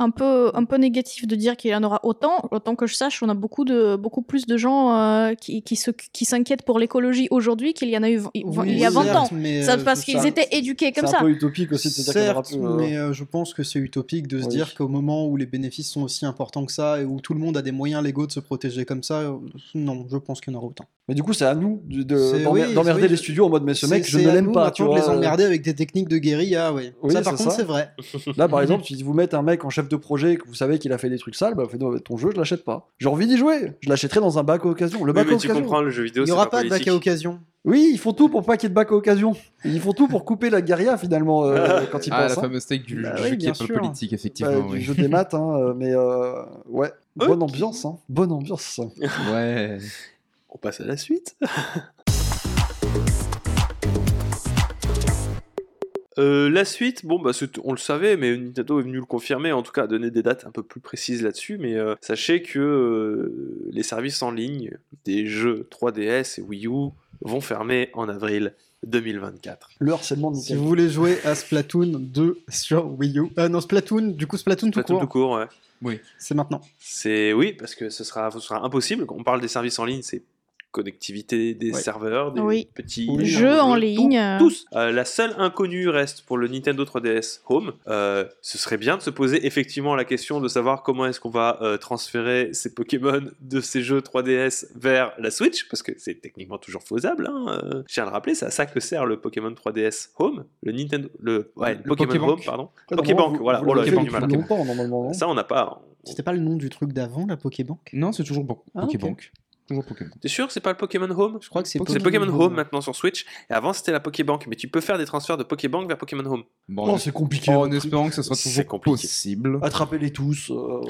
un peu, un peu négatif de dire qu'il y en aura autant. Autant que je sache, on a beaucoup, de, beaucoup plus de gens euh, qui, qui, se- qui s'inquiètent pour l'écologie aujourd'hui qu'il y en a eu il
Oui,
y a 20 ans.
certes, mais,
Ça,
euh,
parce
je-
qu'ils
ça-
étaient éduqués comme
C'est
ça.
un peu utopique aussi de se dire qu'il y en aura
Certes,
plus, euh,
mais euh, je pense que c'est utopique de se
Oui.
dire qu'au moment où les bénéfices sont aussi importants que ça et où tout le monde a des moyens légaux de se protéger comme ça, euh, non, je pense qu'il y en aura autant.
Mais du coup, c'est à nous de- de-
C'est-
d'emmer-
oui,
d'emmerder
oui,
les
je-
studios en mode mais ce
C'est-
mec, je
c'est
ne
à
l'aime
nous
pas, tu
maintenant
vois. euh.
de les emmerder avec des techniques de guérilla, oui.
Oui,
ça, par
c'est ça.
contre, c'est vrai.
Là, par exemple, si vous mettez un mec en chef de projet et que vous savez qu'il a fait des trucs sales, bah, vous faites, non, ton jeu, je l'achète pas. J'ai envie d'y jouer. Je l'achèterai dans un bac à occasion. Le
Oui,
Bah,
bac à
mais tu
occasion.
comprends, le jeu vidéo,
Il n'y
c'est
aura
pas
pas de bac
politique.
à occasion.
Oui, ils font tout pour pas qu'il y ait de bac à occasion. Et ils font tout pour couper la guerilla finalement euh, quand ils
Ah, la
pensent. hein.
fameuse tech du
Bah
jeu
oui,
qui est
bien
pas
sûr.
politique, effectivement.
Bah, du
oui.
jeu des maths, hein, euh, mais euh, ouais, bonne ambiance, hein, bonne ambiance.
Ouais.
On passe à la suite. Euh, la suite, bon, bah, c'est- on le savait, mais Nintendo est venu le confirmer, en tout cas, donner des dates un peu plus précises là-dessus. Mais euh, sachez que euh, les services en ligne des jeux 3DS et Wii U vont fermer en avril 2024.
Le harcèlement de
Si
Nintendo.
vous voulez jouer à Splatoon 2 sur Wii U. Euh, non, Splatoon, du coup, Splatoon tout
Pas tout
court.
tout court, ouais.
C'est maintenant.
C'est oui, parce que ce sera, ce sera impossible. Quand on parle des services en ligne, c'est connectivité des
Ouais.
serveurs, des
Oui.
petits
Oui.
jeux
Jeux en ligne, euh.
hein, tous. Euh, la seule inconnue reste pour le Nintendo 3DS Home. Euh, ce serait bien de se poser effectivement la question de savoir comment est-ce qu'on va euh, transférer ces Pokémon de ces jeux 3DS vers la Switch, parce que c'est techniquement toujours faisable. hein. Euh, je tiens à le rappeler, c'est à ça que sert le Pokémon 3DS Home, le Nintendo, le, ouais,
Le
le Pokémon
Pokébank.
Home, pardon.
Après,
Pokébank,
normalement, vous-
voilà.
vous
Oh là,
l'avez
j'ai
fait
du mal.
depuis longtemps normalement. non
Ça, on n'a pas. on-
C'était pas le nom du truc d'avant, la Pokébank
Non, c'est toujours Bo-
Ah, ok.
Pokébank. Toujours Pokémon.
T'es sûr que c'est pas le Pokémon Home
Je crois que c'est
C'est Pokémon Home maintenant sur Switch. Et avant, c'était la Pokébank. Mais tu peux faire des transferts de Pokébank vers Pokémon Home.
Bon,
Oh,
en-
c'est compliqué.
en espérant que ce soit
C'est
toujours
compliqué.
possible.
Attrapez-les tous. euh,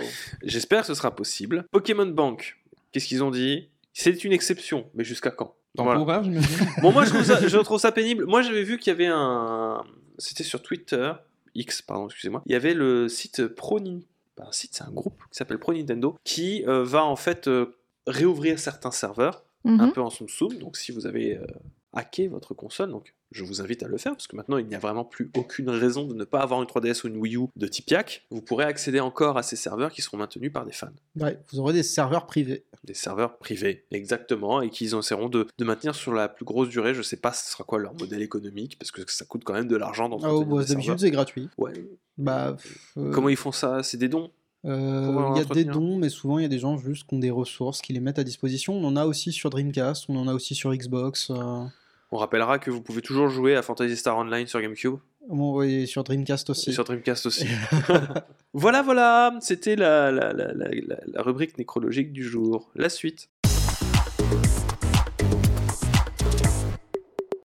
J'espère que ce sera possible. Pokémon Bank, qu'est-ce qu'ils ont dit C'est une exception, mais jusqu'à quand Voilà.
Temporaire, j'imagine.
Bon, moi, je trouve, ça, je trouve ça pénible. Moi, j'avais vu qu'il y avait un. C'était sur Twitter, X, pardon, excusez-moi. Il y avait le site Pro Nin- pas Un site, c'est un groupe qui s'appelle Pro Nintendo, qui euh, va en fait euh, réouvrir certains serveurs. un
Mhm.
peu en soum soum. Donc si vous avez euh, hacké votre console, donc je vous invite à le faire parce que maintenant il n'y a vraiment plus aucune raison de ne pas avoir une 3DS ou une Wii U de type yak. Vous pourrez accéder encore à ces serveurs qui seront maintenus par des fans,
Ouais, vous aurez des serveurs privés.
des serveurs privés exactement, et qu'ils essaieront de, de maintenir sur la plus grosse durée. Je sais pas ce sera quoi leur modèle économique parce que ça coûte quand même de l'argent dans
Ah, oh, bah, d'habitude, c'est gratuit.
Ouais.
Bah, pff, euh,
Comment ils font ça C'est des dons.
Euh,
Pour, euh,
Il y a des
entretenir.
dons, mais souvent il y a des gens juste qui ont des ressources, qui les mettent à disposition. On en a aussi sur Dreamcast, on en a aussi sur Xbox. euh,
On rappellera que vous pouvez toujours jouer à Fantasy Star Online sur GameCube.
bon, et sur Dreamcast
Et
aussi.
sur Dreamcast aussi. voilà, voilà, c'était la, la, la, la, la- la rubrique nécrologique du jour. La suite.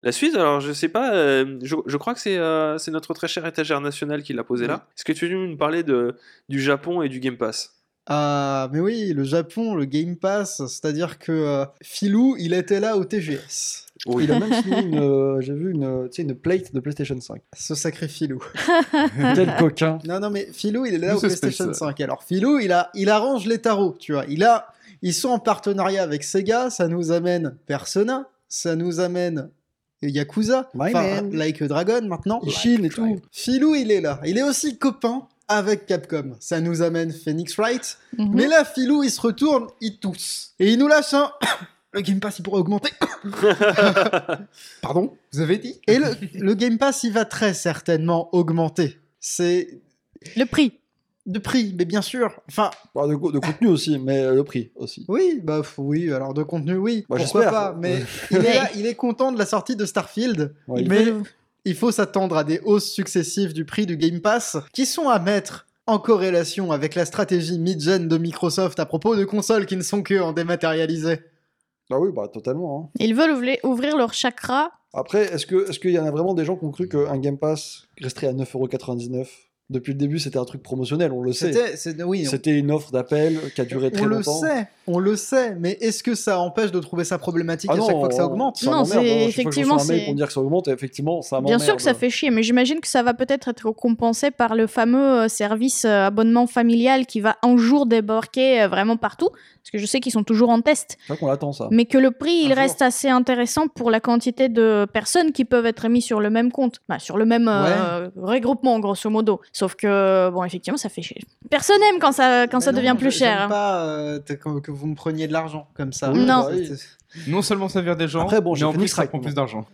La suite, alors je sais pas, euh, je, je crois que c'est euh, c'est notre très chère étagère nationale qui l'a posée là. Est-ce que tu veux nous parler de, du Japon et du Game Pass
Ah, mais oui, le Japon, le Game Pass, c'est-à-dire que euh, Philou, il était là au TGS.
Il a même signé une, euh, j'ai vu une, euh, tu sais, une plate de PlayStation 5.
Ce sacré Philou.
Quel coquin.
Non, non, mais Philou, il est là
D'où
au
ce space,
PlayStation
euh.
5. Alors, Philou, il, a, il arrange les tarots, tu vois. Il a, ils sont en partenariat avec Sega, ça nous amène Persona, ça nous amène Yakuza,
My
enfin,
man.
Like a Dragon maintenant,
Like
Shin et
a Dragon.
tout. Philou, il est là. Il est aussi copain avec Capcom. Ça nous amène Phoenix Wright.
Mhm.
Mais là, Philou, il se retourne, il tousse. Et il nous lâche un... Le Game Pass, il pourrait augmenter.
Pardon
Vous avez dit Et le, le Game Pass, il va très certainement augmenter. C'est
Le prix.
de prix, mais bien sûr. Enfin,
Bah, de, co- de contenu aussi, mais euh, le prix aussi.
Oui, bah f- oui, alors de contenu, oui.
Bah,
Pourquoi
j'espère.
pas Mais il est, là, il est content de la sortie de Starfield,
Ouais, il-
mais il faut s'attendre à des hausses successives du prix du Game Pass qui sont à mettre en corrélation avec la stratégie mid-gen de Microsoft à propos de consoles qui ne sont que en dématérialisé.
Bah oui, bah totalement. hein.
Ils veulent ouvler- ouvrir leur chakra.
Après, est-ce que est-ce qu'il y en a vraiment des gens qui ont cru qu'un Game Pass resterait à 9,99€ Depuis le début, c'était un truc promotionnel, on le sait.
C'était, c'est- oui, on-
C'était une offre d'appel qui a duré
on,
très
le
longtemps.
sait, on le sait, mais est-ce que ça empêche de trouver ça problématique à chaque fois que ça
Ah on-
augmente
ça
Non,
m'emmerde,
c'est-
hein. Chaque fois que je
effectivement,
reçois un mail
c'est-
Pour me dire que ça augmente, et effectivement, ça
Bien
m'emmerde.
sûr que ça fait chier, mais j'imagine que ça va peut-être être compensé par le fameux euh, service euh, abonnement familial qui va un jour débarquer euh, vraiment partout, parce que je sais qu'ils sont toujours en test,
C'est vrai qu'on l'attend, ça.
mais que le prix, il
jour.
reste assez intéressant pour la quantité de personnes qui peuvent être mises sur le même compte, Bah, sur le même euh, regroupement, grosso modo. Sauf que, bon, effectivement, ça fait chier. Personne aime quand ça, quand ça
Mais
devient
non,
plus
je- j'aime
cher.
pas euh, t- que que vous me preniez de l'argent comme ça.
Oui, Non.
bah oui.
Non seulement ça vire des gens,
Après, bon,
mais
j'ai
en
fait
plus
des
ça
tracts,
prend plus
moi.
d'argent.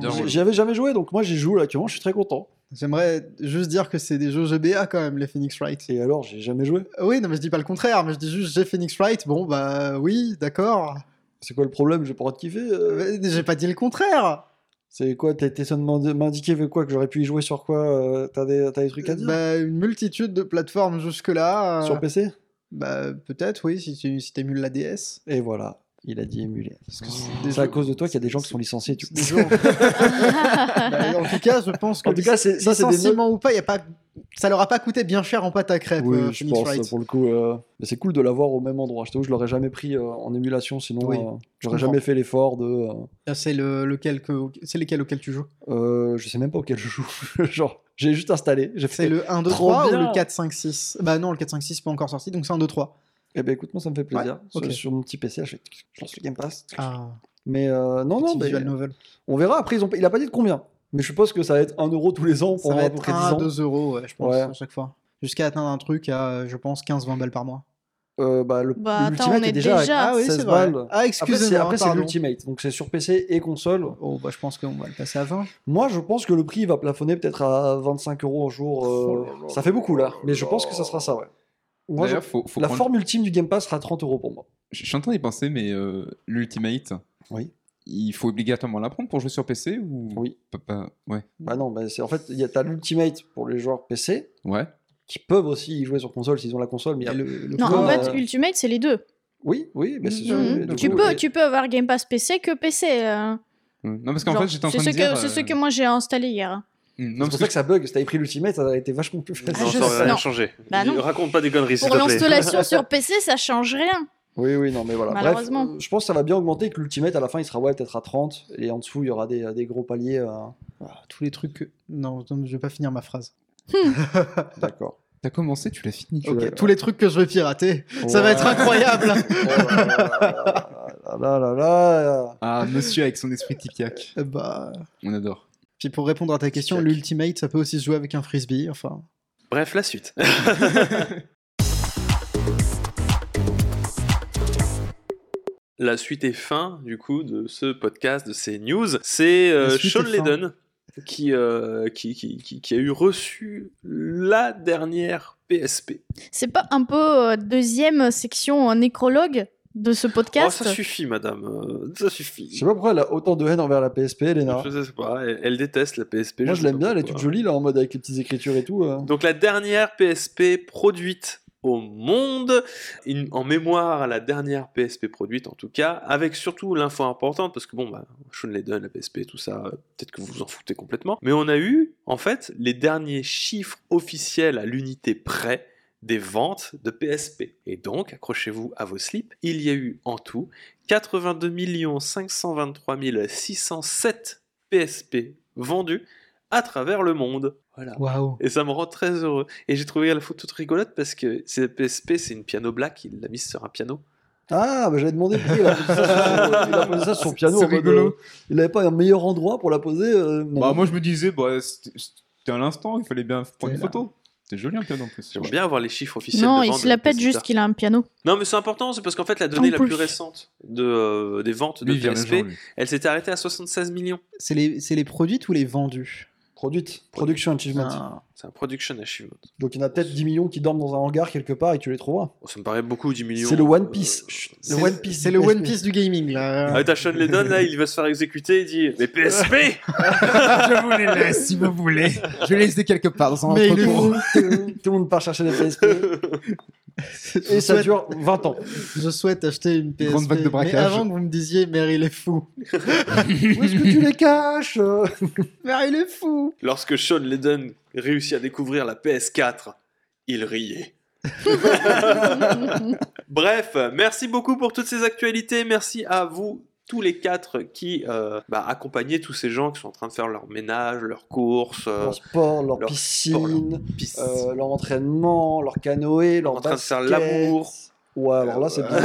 Bien
J'y-
roulé.
J'y avais jamais joué, donc moi j'y joue là actuellement, je suis très content.
J'aimerais juste dire que c'est des jeux GBA quand même, les Phoenix Wright.
Et alors, j'ai jamais joué.
Oui, non, mais je dis pas le contraire, mais je dis juste j'ai Phoenix Wright. Bon, bah oui, d'accord.
C'est quoi le problème Je vais pouvoir te kiffer euh
Mais J'ai pas dit le contraire.
C'est quoi T'as été seulement de- m'indiquer avec quoi que j'aurais pu y jouer sur quoi euh, T'as des, t'as des trucs à dire
Bah, une multitude de plateformes jusque-là. euh,
Sur PC
Bah, peut-être, oui, si tu si t'émules la DS.
Et voilà, il a dit émulé.
Parce que c'est des
C'est à
jeux-
cause de toi qu'il y a des gens qui sont licenciés. Tu...
c'est des jeux- Bah, en tout cas, je pense que
En tout cas, c'est- ça c'est des notes.
licenciement ou pas, y a pas, ça leur a pas coûté bien cher en pâte à crêpes.
Oui,
euh,
je
Phoenix
pense
Wright.
pour le coup. euh, Mais c'est cool de l'avoir au même endroit. Je t'avoue, je l'aurais jamais pris euh, en émulation, sinon
Oui,
euh, j'aurais
comprends.
jamais fait l'effort de. euh,
Ah, C'est le, lequel que, c'est lesquels auxquels tu joues
euh, je sais même pas auquel je joue. Genre, j'ai juste installé. J'ai
C'est
fait.
le 1, 2,
Trop
3 ou
bien.
le 4, 5, 6 Bah non, le 4, 5, 6 c'est pas encore sorti, donc c'est 1, 2, 3.
Eh ben écoute, moi ça me fait plaisir.
ok.
sur, sur mon petit PC, je, fais- je lance le Game Pass.
Ah,
Mais euh, non, non,
non,
mais-
visual novel.
on verra. Après, ils ont... il a pas dit de combien. Mais je suppose que ça va être 1 euro tous les ans
Ça
pendant
va
à peu
être
près 10
1 à
ans.
2 euros, ouais, je pense,
Ouais.
à chaque fois. Jusqu'à atteindre un truc à, je pense, 15-20 balles par mois.
Euh, bah, le
Bah, attends,
l'ultimate
on est
déjà. à
déjà- Ah,
oui,
16
c'est vrai.
balles.
Ah,
Après, c'est-
excusez-moi,
Après, c'est
pardon.
l'ultimate. Donc, c'est sur PC et console.
Oh, bah je pense qu'on va le passer à 20.
Moi, je pense que le prix va plafonner peut-être à 25 euros un jour. euh,
Oh là là
ça fait beaucoup là,
là
mais je
là
pense que ça sera ça, ouais. Moi, je-
D'ailleurs, faut, faut
La
prendre-
forme ultime du Game Pass sera 30 euros pour moi.
Je je suis en train d'y penser, mais euh, l'Ultimate,
Oui.
il faut obligatoirement l'apprendre pour jouer sur PC ou
Oui.
Pas- pas- Ouais.
Bah non, bah c'est en fait, il y a t'as l'ultimate pour les joueurs PC
Ouais.
qui peuvent aussi y jouer sur console s'ils ont la console, mais il y a-
Et le- le
Non, en
Ouais.
combat,
fait, Ultimate, c'est les deux.
oui, oui, mais c'est sûr.
Mhm.
mais du
Tu,
coup,
peux,
mais-
tu peux avoir Game Pass PC que PC. euh,
Ouais. Mmh. Non, parce qu'en
genre,
fait, j'étais en
c'est
train de
ce
dire.
que- C'est
euh,
ce que moi j'ai installé hier.
Mm,
C'est
Non,
pour
parce
ça
que
que ça bug. Si t'avais pris l'ultimate, ça aurait été vachement plus
Ah,
facile.
non, ça
je sais-
aurait rien
non.
changé.
Bah
Dis-
non.
Raconte pas des conneries, s'il
Pour
te plaît.
l'installation sur PC, ça change rien.
Oui, oui, non, mais voilà. Bref,
Malheureusement.
euh, je pense que ça va bien augmenter et que l'ultimate, à la fin, il sera ouais, peut-être à 30 et en dessous, il y aura des, des gros paliers. euh,
ah, tous les trucs. que- Non, non, je vais pas finir ma phrase.
D'accord.
t'as commencé, tu l'as fini.
Tu
Ok,
l'as-
tous les trucs que je vais pirater, ça va
Ouais.
être incroyable.
Oh là là là là là.
Ah, monsieur avec son esprit tic-tac.
Eh bah.
On adore.
Puis pour répondre à ta question,
Tic-tac.
l'ultimate, ça peut aussi se jouer avec un frisbee. Enfin,
Bref, la suite. La suite et fin, du coup, de ce podcast, de ces news, c'est euh,
La suite
Sean
et fin.
Layden qui, euh, qui, qui, qui- qui a eu reçu la dernière PSP.
C'est pas un peu euh, deuxième section euh, nécrologue de ce
Oh,
podcast
ça suffit, madame. euh, Ça
Je
suffit.
sais pas pourquoi elle a autant de haine envers la PSP, Elena.
Je sais pas, Elle, elle déteste la PSP.
Moi,
je
je
sais
l'aime
pas
bien, elle est
pourquoi.
toute jolie là en mode avec les petites écritures et tout. euh.
Donc la dernière PSP produite au monde, in- en mémoire à la dernière PSP produite en tout cas, avec surtout l'info importante, parce que bon, bah, Sean Layden, la PSP, tout ça, euh, peut-être que vous vous en foutez complètement, mais on a eu en fait les derniers chiffres officiels à l'unité près des ventes de PSP. Et donc, accrochez-vous à vos slips, il y a eu en tout 82 523 607 PSP vendus à travers le monde. Voilà.
waouh.
Et ça me rend très heureux. Et j'ai trouvé la photo toute rigolote parce que c'est PSP, c'est une piano black, il l'a mise sur un piano.
Ah, bah, j'avais demandé pourquoi il a posé ça sur, il a posé ça sur son piano.
C'est
en mode,
rigolo.
euh, il avait pas un meilleur endroit pour la poser. euh, non.
Bah, moi, je me disais, bah, c'était c'était à l'instant, il fallait bien prendre une
là.
photo. C'était joli un piano en plus.
J'aimerais bien avoir les chiffres officiels.
Non,
de
il
vente
se la
de
pète
PSP.
juste qu'il a un piano.
Non, mais c'est important, c'est parce qu'en fait, la donnée la plus
plus.
récente de, euh, des ventes de
Lui, il vient le jour,
PSP,
lui.
elle s'était arrêtée à 76 millions.
C'est les, c'est les produites ou les vendus
Produite, production achievement.
Ah,
C'est un production achievement.
Donc, il y en a peut-être 10 millions qui dorment dans un hangar quelque part et tu les trouveras.
Oh, ça me paraît beaucoup, 10 millions.
C'est le One
euh,
Piece. Chut,
c'est
le One Piece.
C'est
du
le One
PSP.
Piece du gaming. là.
Ah, ouais, t'as Sean Lennon, là, il va se faire exécuter, il dit Mais PSP
je vous les laisse si vous voulez. Je les ai quelque part dans un
Mais
Tout le,
entrepôt.
monde, tout le monde- tout le monde part chercher les PSP
Je
et ça
souhaite-
dure 20 ans.
Je souhaite acheter une PSP.
grande vague de
mais
braquage.
avant que vous me disiez, Meryl est fou.
Où est-ce que tu les caches euh
Meryl est fou.
Lorsque Sean Layden réussit à découvrir la PS4, il riait. Bref, merci beaucoup pour toutes ces actualités. Merci à vous tous les quatre qui euh, bah, accompagnez tous ces gens qui sont en train de faire leur ménage, leurs courses, euh,
Leur sport, leur,
leur
piscine,
piscine,
euh, leur entraînement, leur canoë, leur
en train de faire
euh, basket.
l'amour.
Ouais, alors là, c'est bizarre.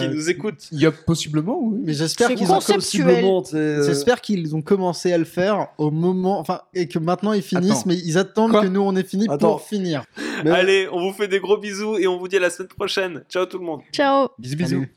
Qui nous écoute
Il y a possiblement, oui.
Mais j'espère
C'est
qu'ils ont,
con. Conceptuel.
Possiblement, tu sais, euh,
j'espère qu'ils ont commencé à le faire au moment, enfin, et que maintenant ils finissent,
Attends.
mais ils attendent
Quoi
que nous on ait fini
Attends.
pour finir.
Mais-
Allez, on vous fait des gros bisous et on vous dit à la semaine prochaine. Ciao tout le monde.
Ciao.
Bisous,
Salut.